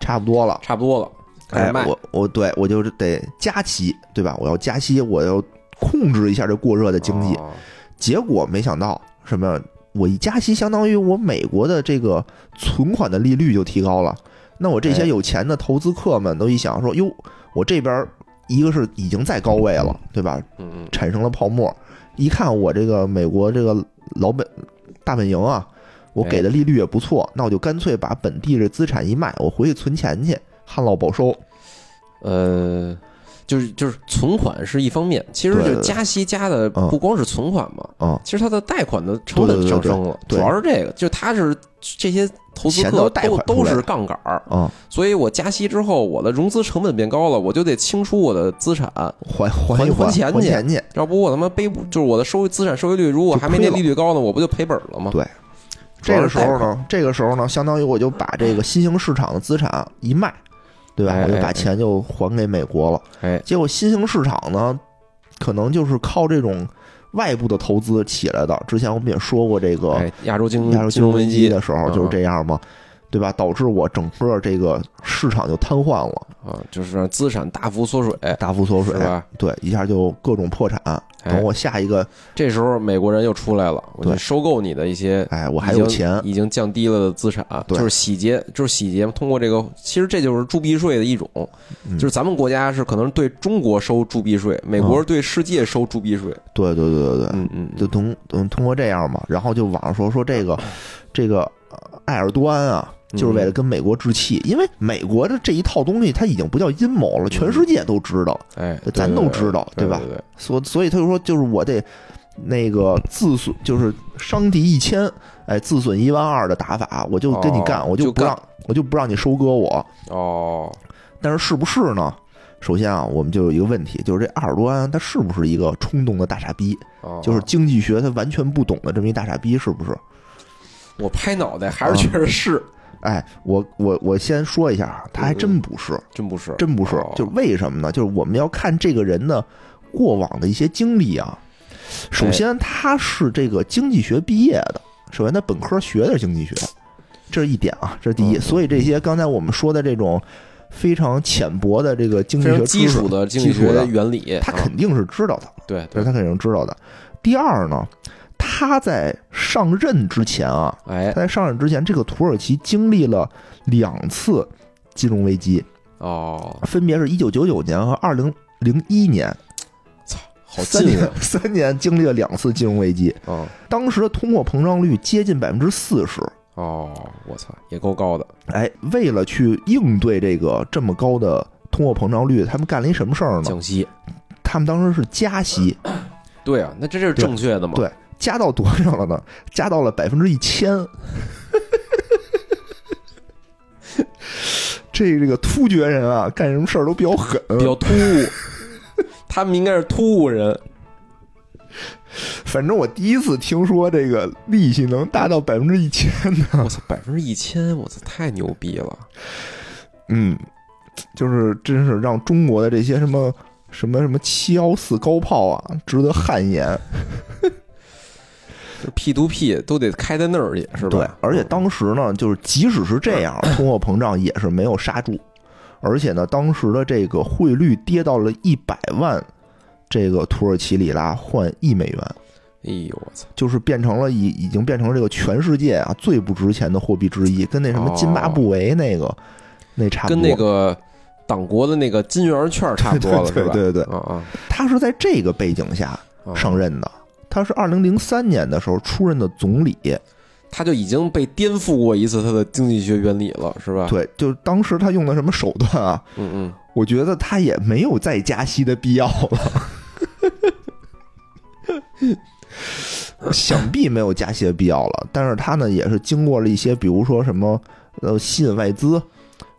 A: 差不多了，
B: 差不多了，开
A: 哎
B: 始卖，，
A: 我我对我就是得加息，对吧？我要加息，我要控制一下这过热的经济。
B: 哦
A: 结果没想到什么呀，我一加息，相当于我美国的这个存款的利率就提高了。那我这
B: 哎
A: 些有钱的投资客们都一想说，哟，我这边一个是已经在高位了，对吧？
B: 嗯嗯，
A: 产生了泡沫。一看我这个美国这个老本大本营啊，我给的
B: 哎
A: 利率也不错，那我就干脆把本地这资产一卖，我回去存钱去，旱涝保收。
B: 呃，就是就是存款是一方面，其实
A: 对
B: 就加息加的
A: 嗯
B: 不光是存款嘛，
A: 嗯
B: 其实它的贷款的成本
A: 对对对
B: 上升了，
A: 对
B: 主要是这个，就它是这些投资
A: 钱
B: 客
A: 都贷
B: 都
A: 款
B: 都
A: 出来
B: 是
A: 的
B: 杠杆儿，
A: 啊，
B: 所以我加息之后，我的融资成本变高了，我就得清出我的资产，
A: 还还一
B: 还还
A: 还
B: 钱去
A: 钱去。
B: 要不我他妈背不就是我的收益资产收益率如果还没那利率高呢，我不就赔本了吗？
A: 对
B: 主
A: 这
B: 要
A: 个时
B: 是贷
A: 候
B: 款，
A: 呢，这个时候呢，相当于我就把这个新兴市场的资产一卖，对吧？
B: 哎
A: 我就
B: 哎哎
A: 把钱就还给美国了。
B: 哎，
A: 结果新兴市场呢，可能就是靠这种外部的投资起来的。之前我们也说过这个，
B: 哎，亚洲金
A: 亚洲金
B: 金融
A: 融
B: 危
A: 危
B: 机嗯
A: 机的时候就是这样嘛，对吧？导致我整个这个市场就瘫痪了，
B: 啊，就是让资产大幅缩水，
A: 大幅缩
B: 哎是
A: 水，
B: 吧？
A: 对，一下就各种破产。
B: 哎
A: 等我下一个，
B: 这时候美国人又出来了，我就
A: 对
B: 收购你的一些
A: 哎，我还
B: 已经
A: 有钱，
B: 已经降低了的资产，
A: 对
B: 就是洗劫，就是洗劫。通过这个，其实这就是铸币税的一种，
A: 嗯
B: 就是咱们国家是可能对中国收铸币税，美国是对世界收铸币税。
A: 对对对对对，
B: 嗯嗯，
A: 就通嗯通过这样嘛，然后就网上说说这个这个呃埃尔多安啊，就是
B: 嗯
A: 为了跟美国置气，因为美国的这一套东西它已经不叫阴谋了，全世界都知道，
B: 哎，对
A: 咱都知道
B: 对
A: 对吧
B: 对对，
A: 所所以他就说就是我得那个自损，就是伤敌一千，哎，自损一万二的打法，我就跟你干，
B: 哦
A: 我
B: 就
A: 不
B: 干
A: 让我就不让你收割我，
B: 哦，
A: 但是是不是呢？首先啊，我们就有一个问题，就是这阿尔多安他是不是一个冲动的大傻逼？
B: 哦
A: 就是经济学他完全不懂的这么一大傻逼，是不是？
B: 我拍脑袋还是觉得是，
A: 哎，我我我先说一下啊，
B: 嗯
A: 他还真不是，
B: 真不是，
A: 真不是
B: 哦。
A: 就为什么呢？就是我们要看这个人的过往的一些经历啊。首先，他是这个经济学毕业的，首先他本科学的是经济学，这是一点啊，这是第一。
B: 嗯
A: 所以这些刚才我们说的这种非常浅薄的这个经济
B: 非
A: 学
B: 常
A: 知
B: 基
A: 识
B: 础的经济
A: 基础
B: 学
A: 的，
B: 原理，
A: 他
B: 啊
A: 肯定是知道的，
B: 对
A: 对
B: 对，
A: 他肯定是知道的。第二呢，他在上任之前啊，
B: 哎
A: 他在上任之前，这个土耳其经历了两次金融危机，
B: 哦，
A: 分别是一九九九年和二零零一年，
B: 好
A: 三
B: 近
A: 年
B: 啊，
A: 三年经历了两次金融危机，
B: 嗯
A: 当时的通货膨胀率接近百分之四十。
B: 哦，我操，也够高的，
A: 哎，为了去应对这个这么高的通货膨胀率，他们干了一什么事儿呢？
B: 降息，
A: 他们当时是加息，
B: 对啊，那这是
A: 对
B: 正确的嘛？
A: 对加到多少了呢？加到了百分之一千。 这这个突厥人啊，干什么事儿都比较狠，啊
B: 比较突兀， 他们应该是突 兀人，
A: 反正我第一次听说这个利息能达到百分之一千
B: 我操，百分之一千，我操，太牛逼了，
A: 嗯，就是真是让中国的这些什么什么什么七幺四高炮啊，值得汗颜。
B: 就是 P to P 都得开在那儿去，是吧？嗯
A: 对，而且当时呢，就是即使是这样，通货膨胀也是没有刹住，而且呢，当时的这个汇率跌到了一百万这个土耳其里拉换一美元，
B: 哎呦，我操，
A: 就是变成了已已经变成了这个全世界啊最不值钱的货币之一，跟那什么津巴布韦那个、那差不
B: 哦跟
A: 多。
B: 那个党国的那个金圆券差不多 了，
A: 对
B: 是吧？
A: 对对对，
B: 啊啊
A: 他是在这个背景下
B: 啊，
A: 上任的。他是二零零三年的时候出任的总理，
B: 他就已经被颠覆过一次他的经济学原理了，是吧？，
A: 对，就是当时他用的什么手段啊？
B: 嗯嗯，
A: 我觉得他也没有再加息的必要了， 想必没有加息的必要了。但是他呢，也是经过了一些，比如说什么呃吸引外资，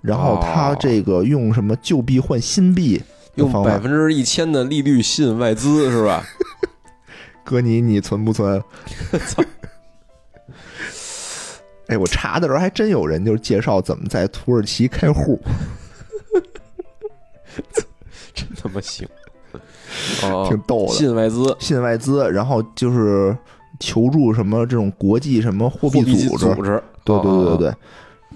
A: 然后他
B: 哦
A: 这个用什么旧币换新币的
B: 用
A: 方
B: 百
A: 法。
B: 分之一千的利率吸引外资，是 吧？
A: 哥你你存不存？ 哎，我查的时候还真有人就是介绍怎么在土耳其开户，
B: 真他妈行，哦，
A: 挺逗的。
B: 吸引外资，
A: 吸引外资，然后就是求助什么这种国际什么货币组织，
B: 织，
A: 对对对对
B: 哦，
A: 对。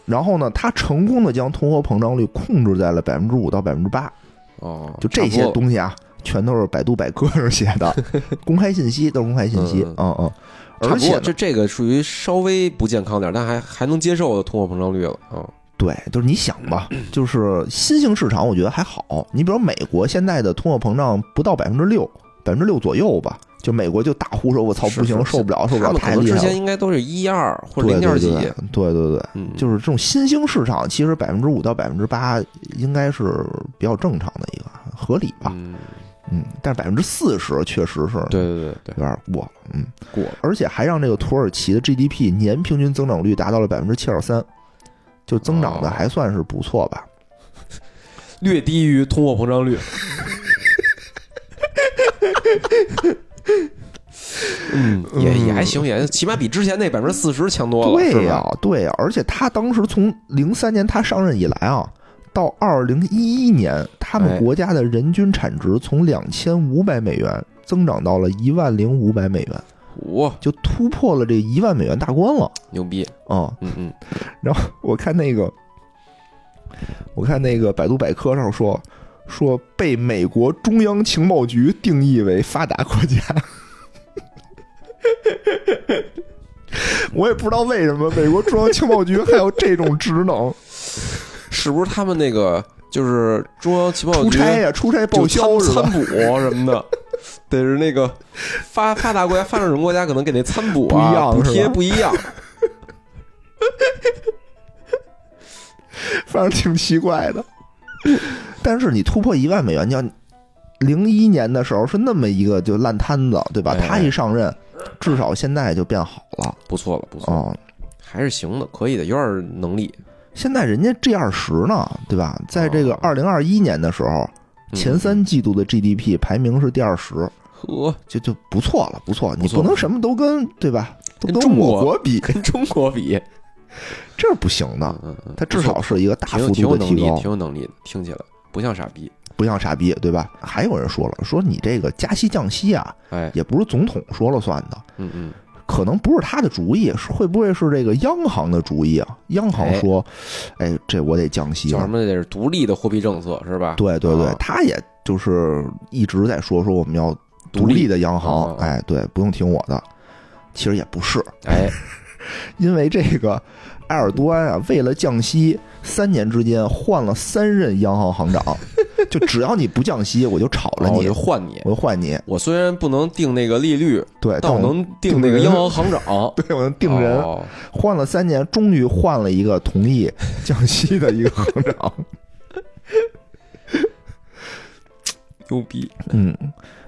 A: 然后呢，他成功的将通货膨胀率控制在了百分之五到百分之八，
B: 哦，
A: 就这些东西啊，全都是百度百科上写 的，公开信息都是公开信息，
B: 嗯
A: 嗯嗯。
B: 差
A: 而
B: 不多
A: 且呢
B: 这这个属于稍微不健康点，但还还能接受的通货膨胀率了啊。
A: 对，就是你想 吧，就是新兴市场，我觉得还好。你比如美国现在的通货膨胀不到百分之六，百分之六左右吧，就美国就大呼说“我哦操，
B: 是
A: 不行，
B: 是
A: 受不了，受不
B: 他
A: 了，
B: 们可
A: 太
B: 能
A: 厉
B: 之
A: 害了
B: 前”应该都是一二或者
A: 对
B: 零点
A: 对
B: 几
A: 对，对对对，
B: 嗯，
A: 就是是这种新兴市场，其实百分之五到百分之八应该是比较正常的一个合理吧，
B: 嗯，
A: 嗯，但是百分之四十确实是
B: 对对对
A: 有点过了，嗯，
B: 对，过了，
A: 而且还让这个土耳其的 GDP 年平均增长率达到了百分之七点三，就增长的
B: 哦
A: 还算是不错吧，
B: 略低于通货膨胀率。嗯，也也还行，也起码比之前那百分之四十强多了，
A: 对
B: 是
A: 呀、
B: 吧？
A: 对呀、而且他当时从零三年他上任以来啊，到二零一一年，他们
B: 哎
A: 国家的人均产值从两千五百美元增长到了一万零五百美元。
B: 哇，
A: 就突破了这一万美元大关了
B: 牛逼！
A: 啊、
B: 嗯嗯，
A: 我看那个，我看那个百度百科上说说被美国中央情报局定义为发达国家。我也不知道为什么美国中央情报局还有这种职能，
B: 是不是他们那个就是中央 情报
A: 出
B: 局
A: 差呀、出差报销
B: 就
A: 似
B: 参
A: 的
B: 参，补什么的，得是那个发发达国家、发展中国家可能给那参补
A: 不一
B: 啊
A: 样
B: 补
A: 是吧
B: 贴不一样，
A: 反正挺奇怪的。但是你突破一万美元，你要零一年的时候是那么一个就烂摊子，对吧？
B: 哎哎
A: 他一上任，至少现在就变好了
B: 不错了，不错，
A: 啊、
B: 还是行的，可以的，有点能力。
A: 现在人家 G 二十呢，对吧？在这个
B: 哦
A: 二零二一年的时候，
B: 嗯
A: 前三季度的 GDP 排名是第二十，
B: 呵，
A: 就就不错了，不错。你
B: 不错
A: 不能什么都跟对吧？都
B: 跟
A: 跟
B: 中
A: 我
B: 国
A: 国比，
B: 跟中国比，
A: 这是不行的
B: 嗯。嗯嗯，
A: 它啊至
B: 不
A: 少是一个大
B: 错挺有
A: 幅
B: 挺
A: 度
B: 有
A: 的提
B: 能力，
A: 高
B: 挺，有能力的，听起来不像傻逼。
A: 不像傻逼，对吧？还有人说了，说你这个加息降息啊，
B: 哎，
A: 也不是总统说了算的，
B: 嗯嗯，
A: 可能不是他的主意，是会不会是这个央行的主意啊？央行
B: 哎
A: 说，哎，这我得降息
B: 叫
A: 了
B: 什。么？得是独立的货币政策是吧？
A: 对对对
B: 啊，
A: 他也就是一直在说说我们要
B: 独
A: 独
B: 立
A: 立的央行
B: 啊，
A: 哎，对，不用听我的。其实也不是，
B: 哎，
A: 因为这个埃尔多安啊，为了降息，三年之间换了三任央行行 长，就只要你不降息，我就炒了
B: 然后我
A: 你，
B: 哦就换你。
A: 我就换你。
B: 我虽然不能定那个利率，
A: 对，
B: 但我能
A: 哎
B: 定
A: 定
B: 那个
A: 人。
B: 央行行长
A: 对我能 定人，
B: 哦
A: 换了三年，终于换了一个同意降息的一个行长。
B: 牛逼！
A: 嗯，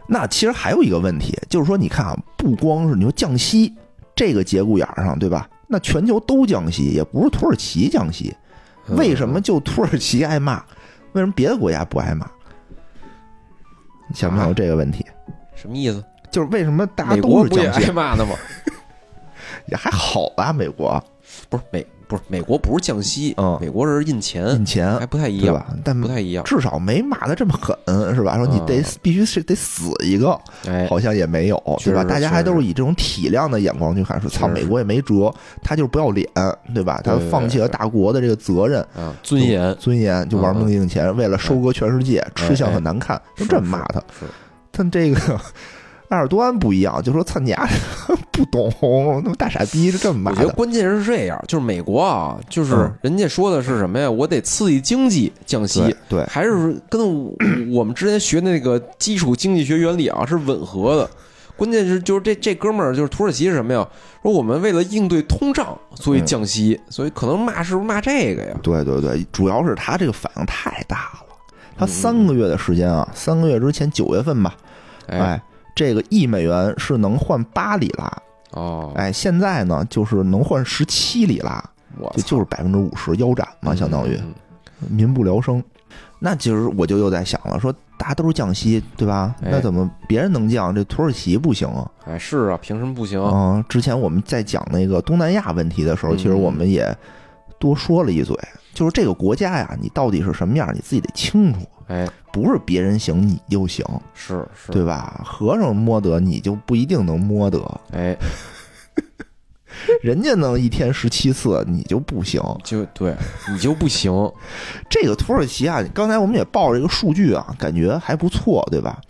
A: 那其实还有一个问题，就是说，你看啊，不光是你说降息这个节骨眼儿上，对吧？那全球都降息，也不是土耳其降息，
B: 嗯
A: 为什么就土耳其挨骂？为什么别的国家不挨骂？你想不想过这个问题？
B: 嗯什么意思？
A: 就是为什么大
B: 啊美
A: 家都
B: 国
A: 是
B: 不也
A: 降息
B: 挨？骂的吗？
A: 也还好吧，美国
B: 不是美，不是美国不是降息，
A: 嗯
B: 美国是印钱
A: 印，钱
B: 还不太一
A: 对
B: 样，
A: 吧？但
B: 不太一样。
A: 至少没骂的这么狠，是吧？说你得
B: 嗯
A: 必须是得死一个，
B: 哎，
A: 好像也没有，
B: 确
A: 对吧？
B: 实
A: 大家
B: 确
A: 还都
B: 实
A: 是以这种体谅的眼光去看，说
B: 确
A: 操，
B: 实
A: 美国也没辙，他就是不要脸，对吧？
B: 对
A: 他
B: 对
A: 放弃了
B: 对
A: 大国的这个责任、
B: 啊，尊严
A: 尊严，就玩
B: 嗯嗯
A: 命印钱，为了收割全世界，吃相
B: 哎
A: 很难看，就是这么骂他。
B: 是
A: 但这个埃尔多安不一样，就说操你丫不懂，那么大傻逼就这么骂
B: 我觉得
A: 的。
B: 关键是这样，就是美国啊，就是
A: 嗯
B: 人家说的是什么呀？我得刺激经济，降息
A: 对，对，
B: 还是跟我我们之前学那个基础经济学原理啊是吻合的。关键是就是这这哥们儿就是土耳其是什么呀？说我们为了应对通胀，所
A: 嗯
B: 以降息，所以可能骂是不是骂这个呀？
A: 对对对，主要是他这个反应太大了。他三个月的时间啊，三个月之前九月份吧，
B: 嗯哎
A: 哎，这个一美元是能换八里拉，
B: 哦，
A: 哎，现在呢，就是能换十七里拉，
B: 我嗯
A: 就就是百分之五十腰斩嘛，相当于民不聊生。那其实我就又在想了，说大家都是降息，对吧？
B: 哎
A: 那怎么别人能降，这土耳其不行啊？
B: 哎是啊，凭什么不行？
A: 嗯，之前我们在讲那个东南亚问题的时候，
B: 嗯
A: 其实我们也多说了一嘴，就是这个国家呀，你到底是什么样，你自己得清楚，
B: 哎
A: 不是别人行你就行，
B: 是是，
A: 对吧？和尚摸得你就不一定能摸得，
B: 哎
A: 人家能一天十七次，你就不行。
B: 就对你就不行，
A: 这个土耳其啊，刚才我们也报了一个数据啊，感觉还不错，对吧？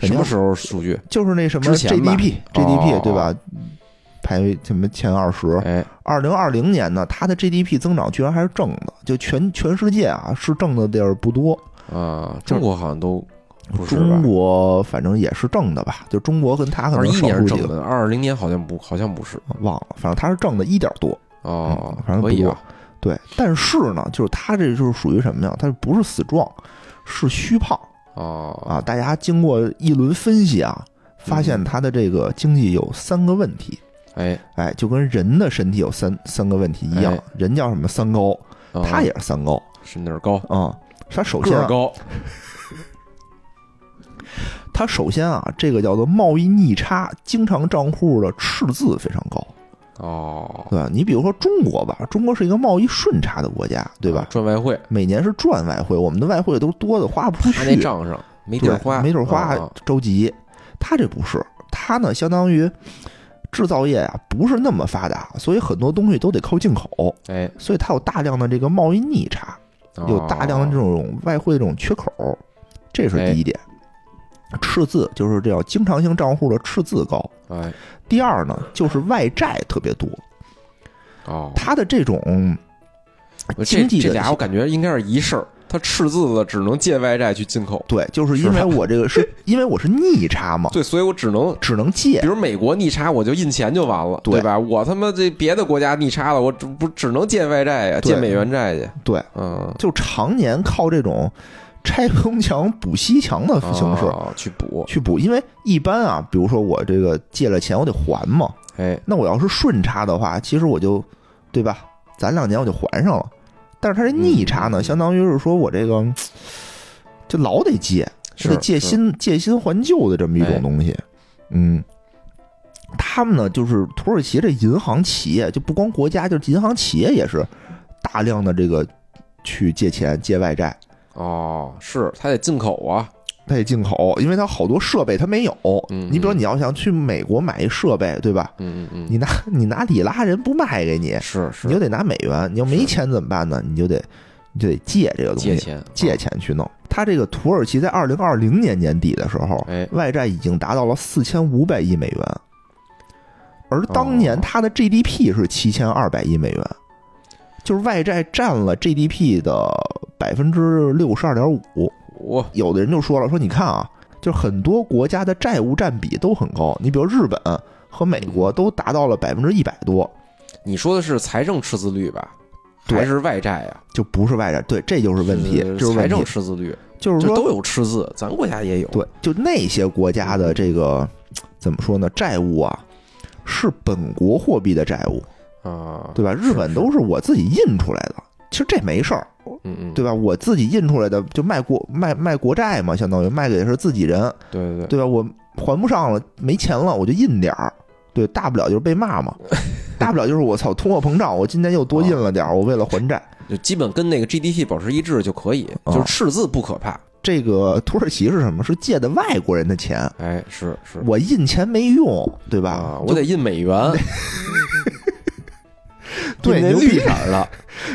A: 肯
B: 什
A: 定
B: 么时候数据？
A: 就是那什么
B: 之前吧
A: GDP
B: 哦
A: GDP 对吧？排什么前二十？
B: 哎
A: 二零二零年呢，它的 GDP 增长居然还是正的，就全全世界啊是正的地儿不多，
B: 啊，
A: 就是
B: 中国好像都不是吧
A: 中？国反正也是正的吧？就中国跟它可
B: 二
A: 能
B: 一
A: 少
B: 年是
A: 数几
B: 正
A: 个，
B: 的，二零年好像不好像不是
A: 嗯忘了，反正它是正的一点多。
B: 哦
A: 嗯，反正
B: 可以
A: 不
B: 啊
A: 多，对，但是呢，就是它这就是属于什么呀？它不是死壮，是虚胖。
B: 哦
A: 啊，大家经过一轮分析啊，发
B: 嗯
A: 现他的这个经济有三个问题，
B: 哎，
A: 哎，就跟人的身体有三三个问题一样
B: 哎，
A: 人叫什么三高，
B: 哦
A: 他也是三高
B: 身段高，
A: 啊。他首
B: 个
A: 先
B: 儿
A: 啊，
B: 高，
A: 他首先啊，这个叫做贸易逆差经常账户的赤字非常高，
B: 哦，
A: 对吧？你比如说中国吧，中国是一个贸易顺差的国家，对吧？
B: 赚外汇，
A: 每年是赚外汇，我们的外汇都多的花不出
B: 他那
A: 去，
B: 账上没
A: 没
B: 地儿花，
A: 没地儿花
B: 啊
A: 着急。他这不是，他呢相当于制造业啊不是那么发达，所以很多东西都得靠进口，
B: 哎，哦
A: 所以它有大量的这个贸易逆差，有大量的这
B: 种
A: 种外汇这种缺口，这是
B: 哎
A: 第一点。赤字就是这样，经常性账户的赤字高。
B: 哎
A: 第二呢，就是外债特别多，
B: 哦，
A: 它的这种
B: 我这
A: 经济
B: 这
A: 的
B: 俩我感觉应该是一事儿，他赤字了，只能借外债去进口，
A: 对，就是
B: 是
A: 因为
B: 吧
A: 我这个是因为我是逆差嘛，
B: 对，所以我只能。
A: 只能借
B: 比，如美国逆差，我就印钱就完了，
A: 对
B: 对吧？我他妈这别的国家逆差了，我只不只能借外债呀，
A: 对
B: 借美元债去。
A: 对，
B: 嗯，
A: 就常年靠这种拆东墙补西墙的形式
B: 哦去补。
A: 去补，因为一般啊，比如说我这个借了钱，我得还嘛，
B: 哎，
A: 那我要是顺差的话，其实我就对吧，攒两年我就还上了，但是它这逆差
B: 嗯嗯
A: 呢，
B: 嗯
A: 相当于是说我这个嗯就老得借，
B: 是
A: 我得借
B: 是
A: 新借新还旧的这么一
B: 哎
A: 种东西，嗯。他们呢，就是土耳其这银行企业，就不光国家，就是银行企业也是大量的这个去借钱借外债，
B: 哦，是他得进口啊，
A: 它也进口，因为它好多设备它没有。
B: 嗯
A: 你比如你要想去美国买一设备，对吧？
B: 嗯嗯嗯，
A: 你拿你拿里拉人不卖给你，
B: 是是
A: 你就得拿美元。你要没钱怎么办呢？你就得你就得借这个东
B: 借
A: 西，
B: 钱
A: 借
B: 钱，
A: 钱去弄。它这个土耳其在二零二零年年底的时候，
B: 哎，
A: 外债已经达到了四千五百亿美元，而当年
B: 哦
A: 它的 GDP 是七千二百亿美元，就是外债占了 GDP 的百分之六十二点五。
B: 我
A: 有的人就说了，说你看啊，就是很多国家的债务占比都很高，你比如日本和美国都达到了百分之一百多，
B: 你说的是财政赤字率吧？
A: 对
B: 还是外债呀？
A: 就不是外债，对，这就是问题，这就是
B: 财
A: 问
B: 政
A: 题，
B: 赤字率，
A: 就是
B: 就
A: 说
B: 都有赤字，咱国家也有。
A: 对，就那些国家的这个怎么说呢？债务啊，是本国货币的债务，
B: 啊，
A: 对吧？日本都是我自己印出来的，其实这没事儿，
B: 嗯嗯，
A: 对吧？我自己印出来的就卖国卖卖国债嘛，相当于卖给的是自己人，
B: 对对对，
A: 对吧？我还不上了，没钱了，我就印点儿，对，大不了就是被骂 嘛，大不了就是我操通货膨胀，我今年又多印了点儿，我为了还债。
B: 就基本跟那个 GDP 保持一致就可以，
A: 啊
B: 就是赤字不可怕。
A: 这个土耳其是什么？是借的外国人的钱，
B: 哎，是是
A: 我印钱没用，对吧
B: 啊，？我得印美元，
A: 对
B: 印那
A: 牛
B: 绿
A: 逼
B: 色儿的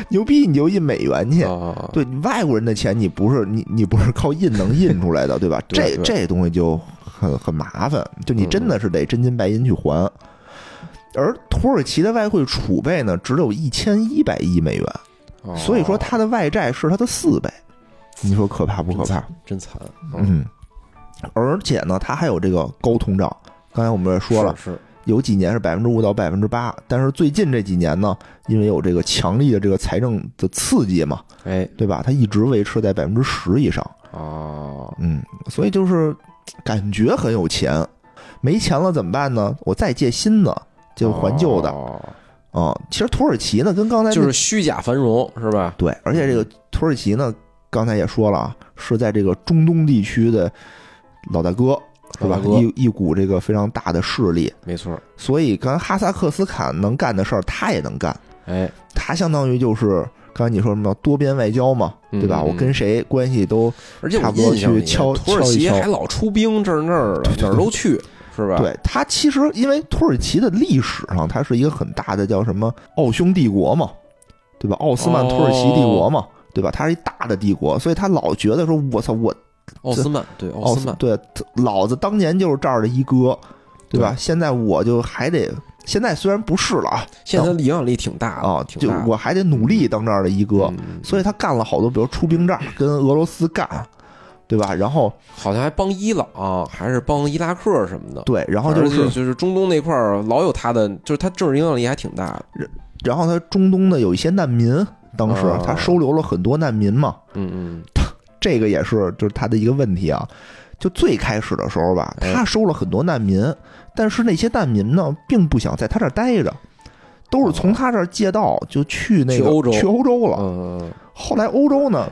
A: 牛逼， 你就印美元去。
B: 啊，
A: 对外国人的钱，你不是你你不是靠印能印出 来的，对吧？
B: 对
A: 这
B: 对嗯
A: 这东西就很很麻烦，就你真的是得真金白银去还。而土耳其的外汇储备呢，只有一千一百亿美元，
B: 哦
A: 所以说它的外债是它的四倍。你说可怕不可怕？
B: 真惨，嗯，
A: 嗯，而且呢，它还有这个高通胀。刚才我们也说了，
B: 是是
A: 有几年是百分之五到百分之八，但是最近这几年呢，因为有这个强力的这个财政的刺激嘛，
B: 哎
A: 对吧？它一直维持在百分之十以上，
B: 哦，
A: 嗯，所以就是感觉很有钱，没钱了怎么办呢？我再借新的，就还旧的啊、
B: 哦
A: 嗯其实土耳其呢，跟刚才那
B: 就是嗯虚假繁荣是吧？
A: 对，而且这个土耳其呢，刚才也说了啊，是在这个中东地区的老大哥，是吧
B: 老？大哥
A: 一一股这个非常大的势力，
B: 没错，
A: 所以跟哈萨克斯坦能干的事儿，他也能干。
B: 哎，
A: 他相当于就是刚才你说什么多边外交嘛，对吧？
B: 嗯嗯
A: 我跟谁关系都
B: 而且我
A: 差不多
B: 印象
A: 去
B: 里
A: 敲
B: 土耳
A: 敲一
B: 其
A: 敲
B: 还老出兵这儿那儿的，哪儿都去是吧？
A: 对它其实，因为土耳其的历史上，它是一个很大的叫什么奥匈帝国嘛，对吧？奥斯曼土耳其帝国
B: 哦
A: 嘛，对吧？它是一大的帝国，所以他老觉得说，我操，我
B: 奥斯曼对
A: 奥
B: 奥斯
A: 斯
B: 曼，
A: 对老子当年就是这儿的一哥，对吧？
B: 对
A: 现在我就还得，现在虽然不是了啊
B: 现在它影响力挺大的
A: 啊，
B: 挺
A: 就
B: 大的
A: 我还得努力当这儿的一哥，
B: 嗯
A: 所以他干了好多，比如出兵战，跟俄罗斯干，对吧？然后
B: 好像还帮伊朗还是帮伊拉克什么的。
A: 对，然后
B: 反正
A: 哦就
B: 就是就是中东那块儿老有他的，就是他政治影响力还挺大的。
A: 然后他中东的有一些难民，当时
B: 啊
A: 他收留了很多难民嘛，
B: 嗯嗯，
A: 这个也是就是他的一个问题啊。就最开始的时候吧，
B: 哎
A: 他收了很多难民，但是那些难民呢，并不想在他这儿待着，都是从他这儿借道就去那个
B: 去欧洲
A: 去欧洲了。
B: 嗯嗯
A: 后来欧洲呢，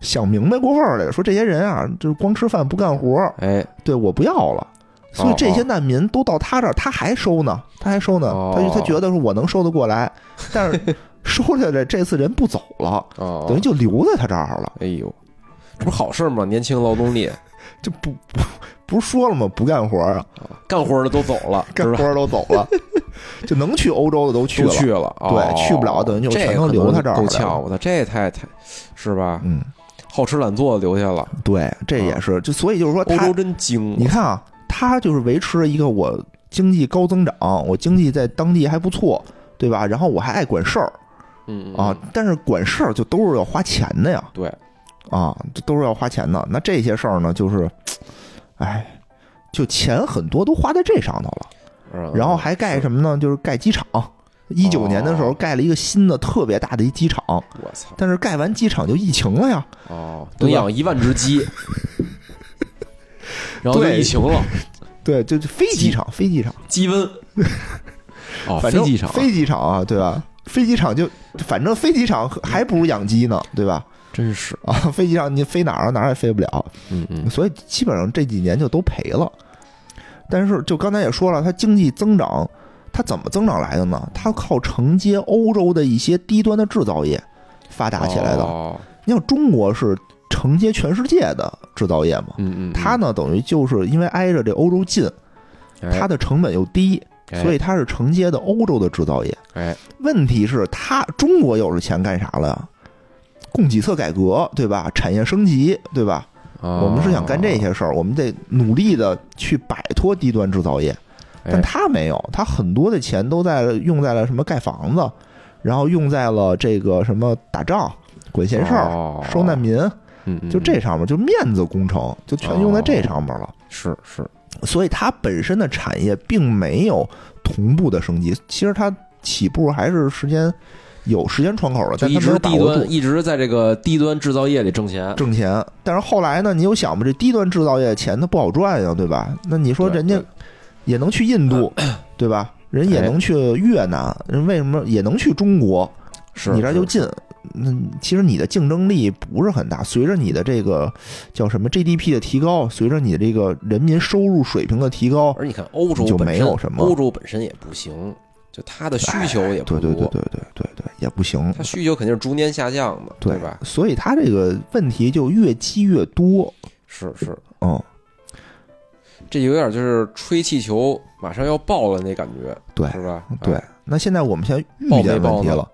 A: 想明白过味儿来了，说这些人啊，就是光吃饭不干活，
B: 哎，
A: 对我不要了。所以这些难民都到他这儿，他还收呢，他还收呢，
B: 哦
A: 他就他觉得说我能收得过来，但是 收下来这次人不走了，
B: 哦，
A: 等于就留在他这儿了，
B: 哎呦，这不是好事儿吗？年轻劳动力，
A: 这不不不是说了吗？不干活啊，
B: 干活的都走了，
A: 干
B: 是吧？
A: 活都走 了，就能去欧洲的都去
B: 都
A: 了。
B: 去了，哦
A: 对去不了等于就全都留他这儿了
B: 这个可能够呛，我操，这也太太是吧？
A: 嗯，
B: 好吃懒做留下了，
A: 对，这也是，就所以就是说
B: 啊欧
A: 他
B: 洲，真精，
A: 你看啊，他就是维持了一个我经济高增长，我经济在当地还不错，对吧？然后我还爱管事儿
B: 嗯嗯
A: 啊，但是管事儿就都是要花钱的呀。
B: 对，
A: 啊，这都是要花钱的。那这些事儿呢，就是，哎，就钱很多都花在这上头了。
B: 嗯
A: 然后还盖什么呢？就是盖机场。一九年的时候
B: 哦
A: 盖了一个新的特别大的一机场，
B: 我操
A: 但是盖完机场就疫情了呀，
B: 哦，
A: 对
B: 能
A: 吧
B: 养一万 只鸡，然后就
A: 对
B: 疫情了，
A: 对，就就飞机场，飞机场，啊
B: 鸡瘟， 哦，
A: 反
B: 飞
A: 正
B: 机场
A: 飞机场啊，对吧？飞机场就反正飞机场还不如养鸡呢，对吧？
B: 真是，
A: 啊，飞机场你飞哪儿啊？哪儿也飞不了。
B: 嗯嗯，
A: 所以基本上这几年就都赔了。但是就刚才也说了，它经济增长，它怎么增长来的呢？它靠承接欧洲的一些低端的制造业发达起来的。
B: 哦
A: 你像中国是承接全世界的制造业嘛。
B: 嗯嗯，
A: 它呢，等于就是因为挨着这欧洲近，
B: 哎
A: 它的成本又低，所
B: 以
A: 以它是承接的欧洲的制造业。
B: 哎
A: 问题是它中国有这钱干啥了呀？供给侧改革，对吧？产业升级，对吧？我
B: 我
A: 们是想干这，些事儿，我们得努力的去摆脱低端制造业，但
B: 哎
A: 他没有，他很多的钱都在用在了什么盖房子，然后用在了这个什么打仗、管闲事儿、
B: 哦
A: 收难，民，
B: 嗯哦嗯
A: 就这
B: 嗯
A: 上面，就面子工程，就全用在这上面了。
B: 是是，
A: 所以它本身的产业并没有同步的升级，其实它起步还是时间有时间窗口了，
B: 就
A: 但
B: 一
A: 它没有
B: 直
A: 把
B: 低
A: 握住
B: 端，。一直在这个低端制造业里挣钱，
A: 挣钱。但是后来呢，你有想吧，这低端制造业钱它不好赚呀，对吧？那你说
B: 对
A: 人家
B: 对
A: 也能去印 度，对吧？人也
B: 哎
A: 能去越南，人为什么也能去中国？
B: 是
A: 你这儿就是近。那其实你的竞争力不是很大，随着你的这个叫什么 GDP 的提高，随着你的这个人民收入水平的提高，
B: 而你看欧洲
A: 就
B: 本
A: 没
B: 身
A: 有什么哎
B: 欧洲本身也不行，就它的需求也不
A: 对对
B: 多，
A: 对对对对对，也不行。
B: 它需求肯定是逐年下降的，
A: 对
B: 吧？
A: 所以它这个问题就越积越多。
B: 是是，
A: 嗯，
B: 这有点就是吹气球马上要爆了那感觉，
A: 对
B: 是吧？哎
A: 对，那现在我们现在遇
B: 报没
A: 见问
B: 报
A: 题
B: 呢
A: 了，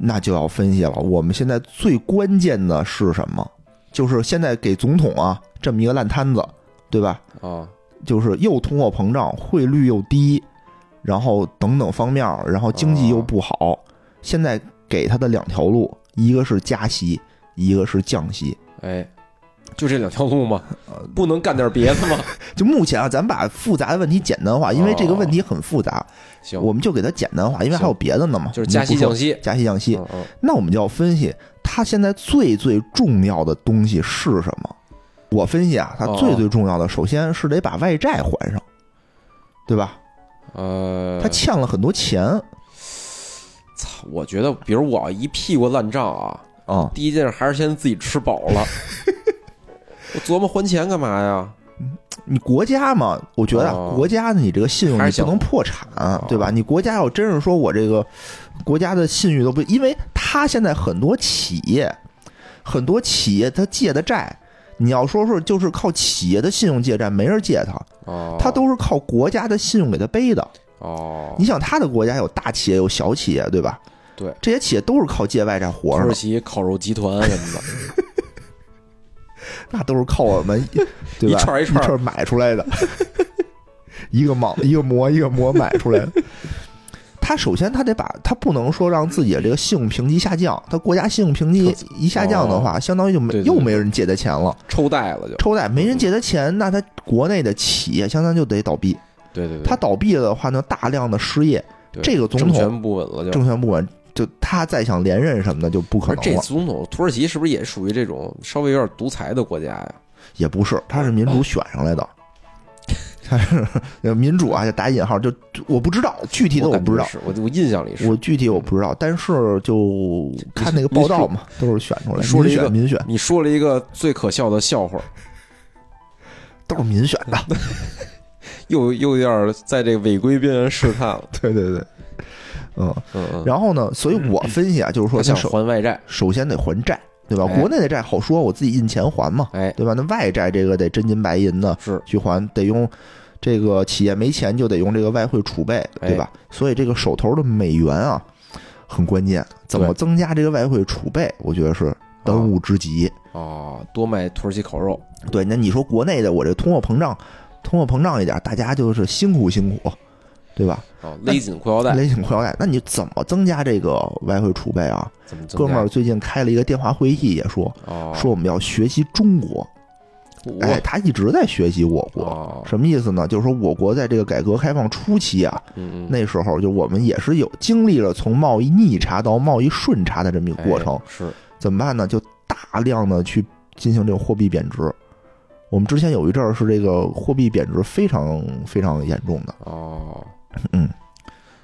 A: 那就要分析了。我们现在最关键的是什么？就是现在给总统啊这么一个烂摊子，对吧？
B: 啊，
A: 就是又通货膨胀，汇率又低，然后等等方面儿，然后经济又不好。现在给他的两条路，一个是加息，一个是降息。
B: 哎，就这两条路吗？不能干点别的吗？
A: 就目前啊，咱把复杂的问题简单
B: 哦
A: 化，因为这个问题很复杂，
B: 行，
A: 呃我们就给它简单化，因为还有别的呢嘛。
B: 就是加息
A: 我们
B: 降
A: 不说
B: 息，
A: 加息降息，
B: 嗯嗯，
A: 那我们就要分析它现在最最重要的东西是什么。我分析啊，它最最重
B: 哦
A: 要的，首先是得把外债还上，对吧？
B: 呃，
A: 他欠了很多钱啊、
B: 操我觉得，比如我一屁股烂账啊，第一件事还是先自己吃饱 了。我琢磨还钱干嘛呀？
A: 你国家嘛，我觉得啊、
B: 哦
A: 国家你这个信用
B: 还
A: 你
B: 是
A: 不
B: 想
A: 能破产，对吧？
B: 哦
A: 你国家要真是说我这个国家的信誉都不，因为他现在很多企业，很多企业他借的债，你要说说就是靠企业的信用借债，没人借他，
B: 哦，
A: 他都是靠国家的信用给他背的。
B: 哦
A: 你，想，他的国家有大企业，有小企业，对吧？
B: 对
A: 这些企业都是靠借外债
B: 土
A: 活着
B: 耳
A: 的，
B: 其烤肉集团什么的，
A: 那都是靠我们， 对吧？
B: 一串儿
A: 一
B: 一串儿
A: 买出来的， 一个毛一个馍一个馍买出来的。他首先他得把他不能说让自己的这个信用评级下降，他国家信用评级一下降的话，相当于就没
B: 哦对对对
A: 又没人借他钱了，
B: 抽贷了就。
A: 抽贷没人借他钱，那他国内的企业相当于就得倒闭。
B: 对对对，
A: 他倒闭了的话呢，大量的失业，
B: 对
A: 这个总
B: 政
A: 统
B: 权不稳了就。
A: 政权不稳，就他再想连任什么的就不可
B: 而
A: 能
B: 这
A: 了。
B: 总统，土耳其是不是也属于这种稍微有点独裁的国家呀？
A: 也不是，他是民主选上来 的。他是呃民主啊，就打引号，就我不知道具体的我
B: 感
A: 不知
B: 觉
A: 道，
B: 是，我我印象里是
A: 我具体我不知道，但是就看那个报道 嘛，都是选出来，
B: 你说
A: 民
B: 了一个
A: 选民选
B: 你说了一个最可笑的笑话，
A: 都是民选 的，
B: 又又有点在这个违规边缘试探了。
A: 对对对，嗯，
B: 嗯嗯，
A: 然后呢，所以我分析啊，就是说
B: 他
A: 他
B: 想
A: 首
B: 还外债，
A: 首先得还债，对吧？
B: 哎
A: 国内的债好说，我自己印钱还嘛，
B: 哎，
A: 对吧？那外债这个得真金白银的，
B: 是
A: 去还，得用这个企业没钱就得用这个外汇储备，
B: 哎
A: 对吧？所以这个手头的美元啊很关键，怎么
B: 对啊
A: 增加这个外汇储备，我觉得是当务之急。
B: 哦，多卖土耳其烤肉，
A: 对，那你说国内的我这通货膨胀，通货膨胀一点，大家就是辛苦辛苦，对吧？
B: 哦，勒紧裤腰带，
A: 勒紧裤腰带，那你怎么增加这个外汇储备啊？
B: 怎么增
A: 哥们
B: 加
A: 儿最近开了一个电话会议，也说
B: 哦，
A: 说我们要学习中国，
B: 我
A: 哎，他一直在学习我国。
B: 哦，
A: 什么意思呢？就是说我国在这个改革开放初期啊，
B: 嗯嗯，
A: 那时候就我们也是有经历了从贸易逆差到贸易顺差的这么一个过程
B: 哎，是
A: 怎么办呢？就大量的去进行这种货币贬值。我们之前有一阵儿是这个货币贬值非常非常严重的，
B: 哦，
A: 嗯，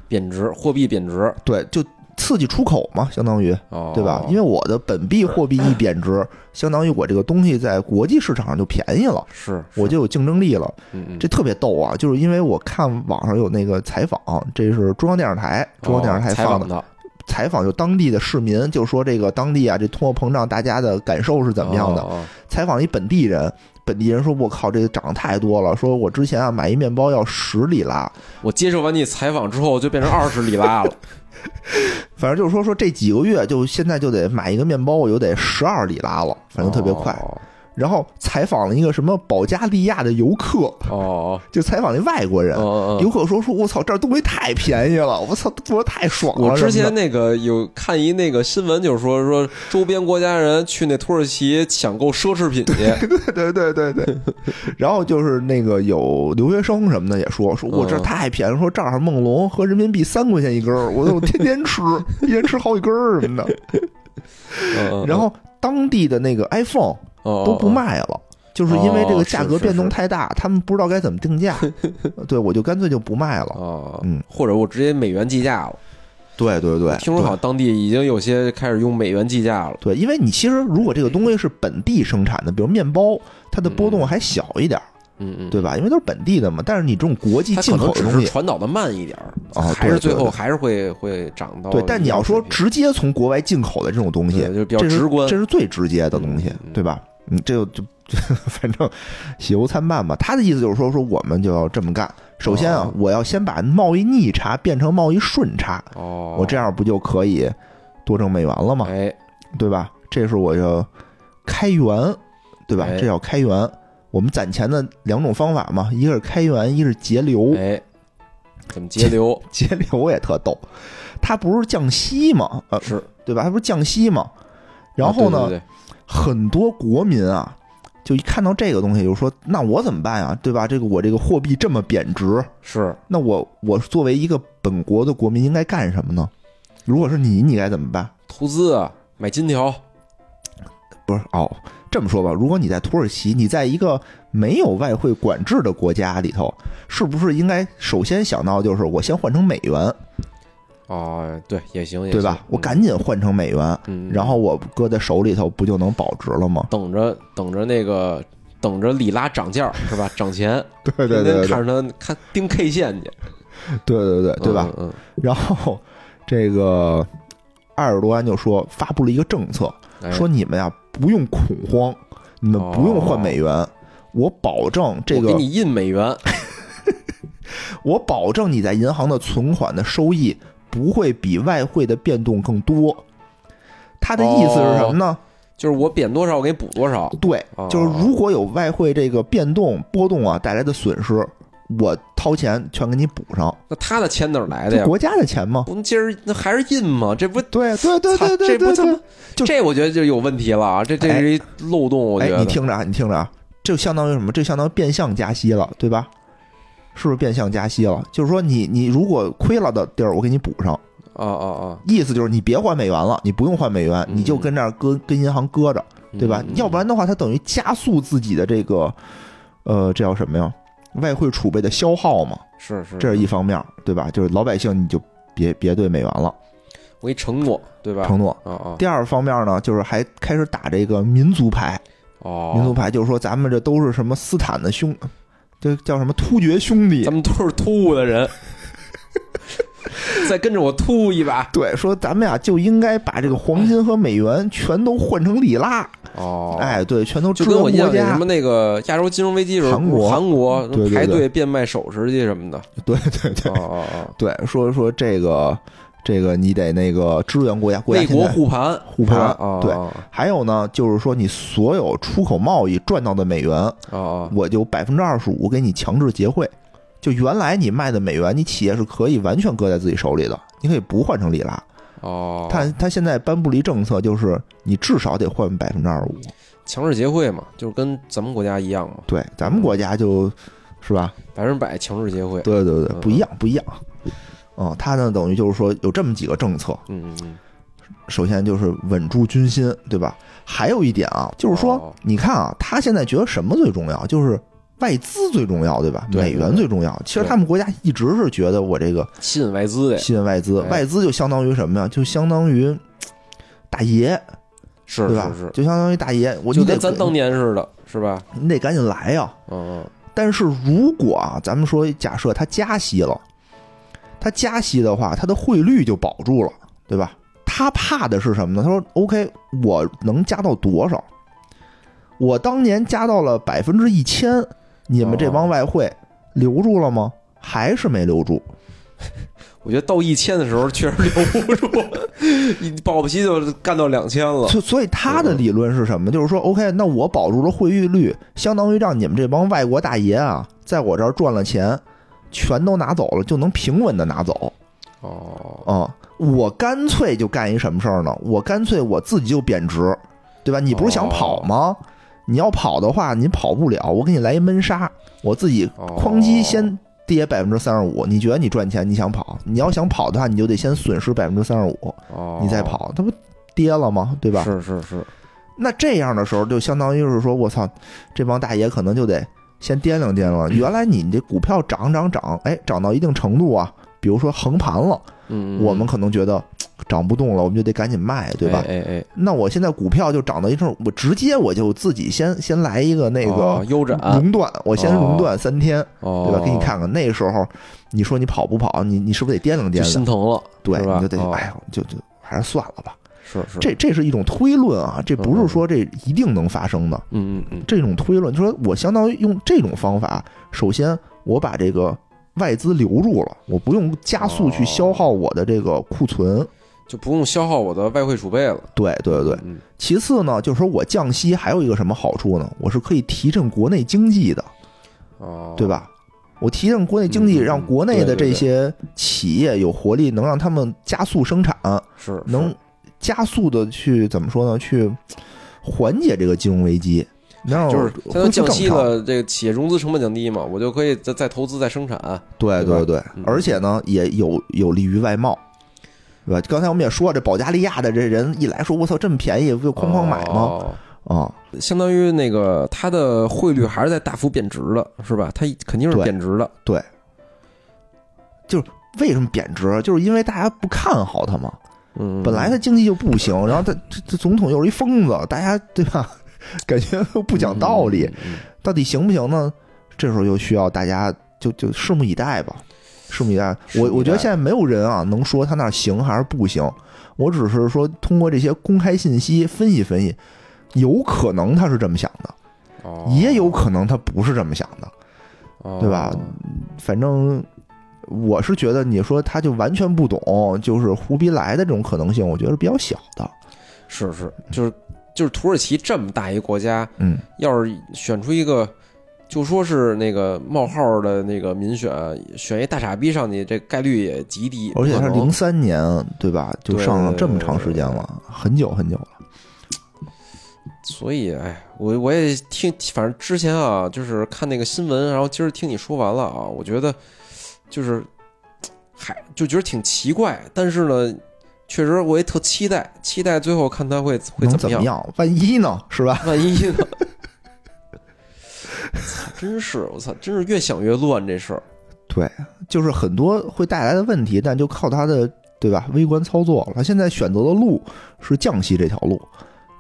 B: 贬值，货币贬值，
A: 对，就刺激出口嘛，相当于
B: 哦，
A: 对吧？因为我的本币货币一贬值，相当于我这个东西在国际市场上就便宜了，
B: 是
A: 我
B: 就
A: 就有竞争力了。
B: 嗯嗯
A: 这特别逗啊！就是因为我看网上有那个采访，这是中央电视台，中央电视
B: 哦
A: 台
B: 采
A: 放
B: 访
A: 的，
B: 的，
A: 采访就当地的市民，就说这个当地啊，这通货膨胀大家的感受是怎么样的？
B: 哦？
A: 采访一本地人，本地人说：“我靠，这个涨太多了！说我之前啊买一面包要十里拉，
B: 我接受完你采访之后，就变成二十里拉了。
A: 反正就是说说这几个月就现在就得买一个面包，我就得十二里拉了， 反正特别快。
B: 哦
A: 然后采访了一个什么保加利亚的游客，
B: 哦，
A: 就采访那外国人。
B: 哦
A: 游客说说，我操，这儿东西太便宜了，我操，做的太爽了。
B: 我之
A: 什么
B: 前
A: 的
B: 那个有看一那个新闻，就是说说周边国家人去那土耳其抢购奢侈品去，
A: 对对对对对，然后就是那个有留学生什么的也说说，我这儿
B: 嗯
A: 太便宜，说这儿梦龙合人民币三块钱一根儿，我 我天天吃，一天吃好几根儿什么的。
B: 嗯
A: 然后当地的那个 iPhone 都
B: 都
A: 不，卖了。就是因为这个价
B: 哦
A: 格
B: 是是
A: 变动太大，他们不知道该怎么定 价，对我就干脆就不卖
B: 哦
A: 了。
B: 哦，哦
A: 嗯，
B: 或者我直接美元计价了。
A: 对对对，
B: 听说好
A: 对
B: 像当地已经有些开始用美元计价了。
A: 对，因为你其实如果这个东西是本地生产的，比如面包，它的波动还小一点儿，
B: 嗯嗯，
A: 对吧？因为都是本地的嘛。但是你这种国际
B: 它
A: 进
B: 可能
A: 口的
B: 只
A: 东
B: 是
A: 西，
B: 传导的慢一点儿，
A: 啊
B: 还是
A: 对
B: 最
A: 对
B: 后
A: 对
B: 还是会会涨哦到
A: 对
B: 一样的水平。，
A: 但你要说直接从国外进口的这种东西
B: 对，就是比较
A: 这是
B: 直观
A: 这。是最直接的东西
B: 嗯，嗯
A: 对吧？你这就 就反正喜忧参半吧。他的意思就是说，说我们就要这么干。首先啊
B: 哦，
A: 我要先把贸易逆差变成贸易顺差，
B: 哦，
A: 我这样不就可以多挣美元了吗？
B: 哎，
A: 对吧？这是我要开源，对吧
B: 哎？
A: 这叫开源。我们攒钱的两种方法嘛，一个是开源，一个是节流。
B: 哎，怎么节流？
A: 节流也特逗，它不是降息嘛，呃，
B: 是，
A: 对吧？它不是降息嘛？然后呢，
B: 啊对对对
A: 很多国民啊，就一看到这个东西就说：“那我怎么办呀？对吧？这个我这个货币这么贬值，
B: 是
A: 那我我作为一个本国的国民应该干什么呢？如果是你，你该怎么办？
B: 投资啊，买金条，
A: 不是哦，这么说吧，如果你在土耳其，你在一个没有外汇管制的国家里头，是不是应该首先想到就是我先换成美元，
B: 哦，对，也行，也
A: 对
B: 行
A: 吧？我，
B: 嗯
A: 赶紧换成美元，
B: 嗯，
A: 然后我搁在手里头不就能保值了吗？
B: 等着等着那个等着里拉涨价是吧？涨钱，
A: 对
B: 天天看着他看盯 K 线去，
A: 对对对，对吧？
B: 嗯？嗯，
A: 然后这个埃尔多安就说发布了一个政策，
B: 嗯哎
A: 说你们呀不用恐慌，你们不用换美元，哦我保证这
B: 我
A: 个
B: 给，你印美元，
A: 我保证你在银行的存款的收益不会比外汇的变动更多。他的意思是什么呢？
B: 就是我贬多少我给你补多少，
A: 对，
B: 哦
A: 就是如果有外汇这个变动波动啊带来的损失，我掏钱全给你补上，
B: 那他的钱哪儿来的
A: 这
B: 呀？
A: 国家的钱嘛。
B: 不，今儿那还是印吗？这不，
A: 对对对
B: 操
A: 对对
B: 这不
A: 对
B: 他
A: 对
B: 妈，这我觉得就有问题了啊！这这是一漏洞，我觉
A: 哎，
B: 得。
A: 你听着啊，你听着啊，这相当于什么？这相当于变相加息了，对吧？是不是变相加息了？就是说你，你如果亏了的地儿，我给你补上。
B: 啊啊啊，
A: 意思就是你别换美元了，你不用换美元，
B: 嗯
A: 你就跟这儿跟跟银行搁着，对吧？
B: 嗯
A: 要不然的话，它等于加速自己的这个，呃，这叫什么呀？外汇储备的消耗嘛，
B: 是是，
A: 这是一方面，对吧？就是老百姓你就别别兑美元了，
B: 我给你承诺，对吧？
A: 承诺。
B: 啊啊
A: 第二方面呢，就是还开始打这个民族牌，
B: 哦，
A: 民族牌就是说咱们这都是什么斯坦的兄，这叫什么突厥兄弟
B: 咱？们都是突兀 的人，再跟着我突兀一把。
A: 对，说咱们呀就应该把这个黄金和美元全都换成里拉，
B: 哦，，
A: 哎，对，全都
B: 就
A: 支援
B: 跟我一
A: 国
B: 样，那什
A: 家
B: 么。那个亚洲金融危机时候，
A: 韩国
B: 韩国
A: 对对对
B: 排队变卖首饰去什么的。
A: 对对对
B: 哦哦哦，
A: 对，说说这个这个你得那个支援国家，国家
B: 为
A: 现
B: 国
A: 在
B: 护盘，
A: 护盘
B: 啊哦
A: 对
B: 哦
A: 还有呢，就是说你所有出口贸易赚到的美元，
B: 哦，
A: 我就百分之二十五给你强制结汇。就原来你卖的美元，你企业是可以完全搁在自己手里的，你可以不换成里拉。
B: 哦，
A: 他他现在颁布了一政策，就是你至少得换百分之二十五。
B: 强制结汇嘛，就是跟咱们国家一样嘛，
A: 对，咱们国家就是吧，
B: 百分之百强制结汇。
A: 对对
B: 嗯
A: 对，不一样不一样。嗯，他呢等于就是说有这么几个政策，
B: 嗯嗯嗯，
A: 首先就是稳住军心，对吧？还有一点啊，就是
B: 哦
A: 说，你看啊，他现在觉得什么最重要？就是外资最重要，对吧？
B: 对
A: 美元最重要。其实他们国家一直是觉得我这个
B: 吸引外资的
A: 吸引外资，
B: 哎
A: 外资就相当于什么呀？就相当于大爷，
B: 是
A: 对吧
B: 是？是，
A: 就相当于大爷，我
B: 就
A: 你得
B: 跟咱当年似的，是吧？
A: 你得赶紧来啊呀、
B: 嗯
A: 但是如果啊，咱们说假设它加息了，它加息的话，它的汇率就保住了，对吧？他怕的是什么呢？他说：“OK，我能加到多少？我当年加到了百分之一千，你们这帮外汇留住了吗？还是没留住？
B: 我觉得到一千的时候确实留不住， 你保不齐就干到两千了。
A: 所所以他的理论是什么？就是说，OK，那我保住了汇率率，相当于让你们这帮外国大爷啊，在我这儿赚了钱，全都拿走了，就能平稳的拿走
B: 哦，
A: 啊、我干脆就干一什么事儿呢？我干脆我自己就贬值，对吧？你不是
B: 哦
A: 想跑吗？你要跑的话，你跑不了，我给你来一闷杀，我自己
B: 哦
A: 哐叽先跌百分之三十五。你觉得你赚钱，你想跑？你要想跑的话，你就得先损失百分之三十五，
B: 哦，
A: 你再跑，它不跌了吗？对吧？
B: 是是是，
A: 那这样的时候，就相当于是说，我操，这帮大爷可能就得先掂量掂量，原来你这股票涨涨涨，哎，涨到一定程度啊，比如说横盘了，
B: 嗯，
A: 我们可能觉得嘖涨不动了，我们就得赶紧卖，对吧？
B: 哎哎哎，
A: 那我现在股票就涨到一阵，我直接我就自己先先来一个那
B: 哦
A: 个
B: 腰斩，
A: 熔断，我先熔断三天，
B: 哦，
A: 对吧？给你看看那时候，你说你跑不跑？你你是不是得掂量掂
B: 就
A: 量？
B: 心疼了，
A: 对，
B: 是吧
A: 你就得
B: 哦
A: 哎呦，就就还是算了吧。
B: 是是，嗯
A: 这这是一种推论啊，这不是说这一定能发生的。
B: 嗯嗯嗯，
A: 这种推论，就说我相当于用这种方法，首先我把这个外资留住了，我不用加速
B: 哦
A: 去消耗我的这个库存。
B: 就不用消耗我的外汇储备了。
A: 对对对，
B: 嗯，
A: 其次呢，就是说我降息还有一个什么好处呢？我是可以提振国内经济的，
B: 哦，
A: 对？吧？我提振国内经济，
B: 嗯嗯
A: 让国内的
B: 对
A: 这
B: 对对
A: 些企业有活力，能让他们加速生产，
B: 是是
A: 能加速的去怎么说呢？去缓解这个金融危机，能让
B: 就是现在
A: 恢复
B: 降
A: 哦
B: 息
A: 正常
B: 了，这个企业融资成本降低嘛，我就可以再再投资再生产。
A: 对
B: 对吧
A: 对对
B: 嗯，
A: 而且呢，也有有利于外贸，对吧？刚才我们也说，这保加利亚的这人一来说，我操，这么便宜，不就哐哐买吗？
B: 哦
A: 啊，
B: 相当于那个它的汇率还是在大幅贬值的，是吧？它肯定是
A: 对
B: 贬值的。
A: 为什么贬值？就是因为大家不看好他嘛。
B: 嗯，
A: 本来他经济就不行，然后他这这总统又是一疯子，大家对吧？ 感觉又不讲道理，
B: 嗯，嗯嗯
A: 到底行不行呢？这时候就需要大家就就拭目以待吧，拭目以待。
B: 目以
A: 我
B: 待
A: 我觉得现在没有人啊能说他那儿行还是不行，我只是说通过这些公开信息分析分析，有可能他是这么想的，
B: 哦
A: 也有可能他不是这么想的。对吧
B: 哦
A: 反正我是觉得你说他就完全不懂，就是胡逼来的这种可能性，我觉得是比较小的。
B: 是是，就是就是土耳其这么大一国家，
A: 嗯，
B: 要是选出一个，就说是那个冒号的那个民选，选一大傻逼上去，这概率也极低。
A: 而且
B: 不
A: 他
B: 可能
A: 零三年对吧，就
B: 对
A: 上了
B: 对
A: 这么
B: 对
A: 长时间了，很久很久了。
B: 所以，哎，我我也听，反正之前啊，就是看那个新闻，然后今儿听你说完了啊，我觉得就是还就觉得挺奇怪，但是呢，确实我也特期待，期待最后看他会会
A: 能
B: 怎
A: 怎
B: 么样
A: 么。样？万一呢？是吧？
B: 万一呢？操，真是我操，真是越想越乱这事儿。
A: 对，就是很多会带来的问题，但就靠他的对吧微观操作了。他现在选择的路是降息这条路，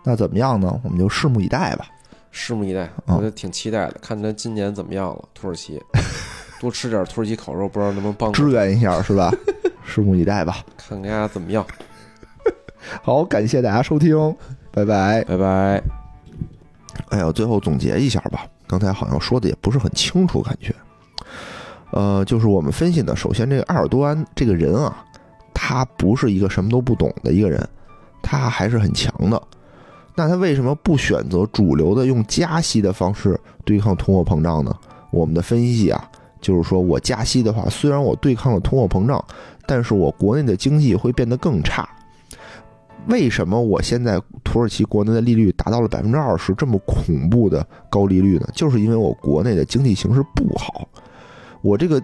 A: 那怎么样呢？我们就拭目以待吧。
B: 拭目以待，我
A: 嗯
B: 觉得挺期待的，看他今年怎么样了。土耳其，多吃点土耳其烤肉，不知道能不能帮
A: 支
B: 助
A: 援一下是吧？ 拭目以待吧。
B: 看看他怎么样。
A: 好，感谢大家收听，拜拜。
B: 拜拜。
A: 哎呀，最后总结一下吧，刚才好像说的也不是很清楚，感觉。呃，就是我们分析呢，首先这个埃尔多安这个人啊，他不是一个什么都不懂的一个人，他还是很强的。那他为什么不选择主流的用加息的方式对抗通货膨胀呢？我们的分析啊，就是说我加息的话，虽然我对抗了通货膨胀，但是我国内的经济会变得更差。为什么我现在土耳其国内的利率达到了百分之二十这么恐怖的高利率呢？就是因为我国内的经济形势不好。我这个，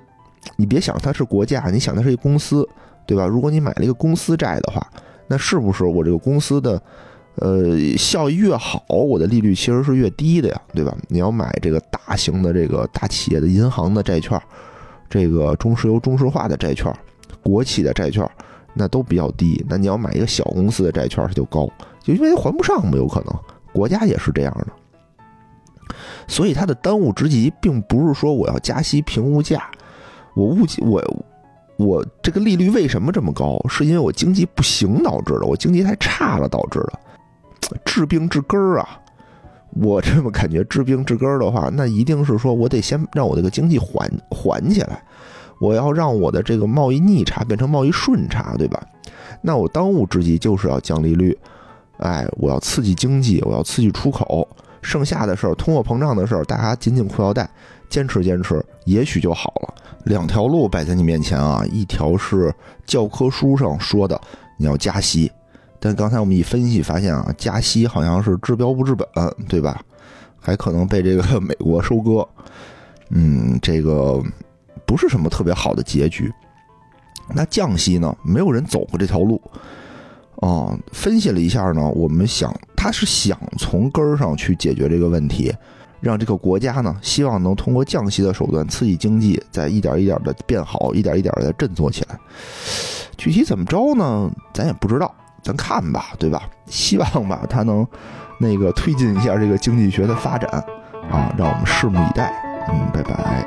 A: 你别想它是国家，你想它是一公司，对吧？如果你买了一个公司债的话，那是不是我这个公司的呃效益越好，我的利率其实是越低的呀，对吧？你要买这个大型的这个大企业的银行的债券，这个中石油、中石化的债券，国企的债券。那都比较低。那你要买一个小公司的债券，它就高，就因为还不上嘛，有可能。国家也是这样的，所以它的当务之急并不是说我要加息平物价，我物我我这个利率为什么这么高？是因为我经济不行导致的，我经济太差了导致的。治病治根儿啊，我这么感觉，治病治根儿的话，那一定是说我得先让我这个经济缓缓起来，我要让我的这个贸易逆差变成贸易顺差，对吧？那我当务之急就是要降利率，哎，我要刺激经济，我要刺激出口，剩下的事儿，通货膨胀的事儿，大家紧紧裤腰带，坚持坚持，也许就好了。两条路摆在你面前啊，一条是教科书上说的你要加息，但刚才我们一分析发现啊，加息好像是治标不治本，对吧？ 还可能被这个美国收割，嗯，这个不是什么特别好的结局。那降息呢？没有人走过这条路啊、分析了一下呢，我们想他是想从根儿上去解决这个问题，让这个国家呢，希望能通过降息的手段刺激经济，在一点一点的变好，一点一点的振作起来。具体怎么着呢？咱也不知道，咱看吧，对吧？希望吧，它能那个推进一下这个经济学的发展啊，让我们拭目以待。嗯，拜拜。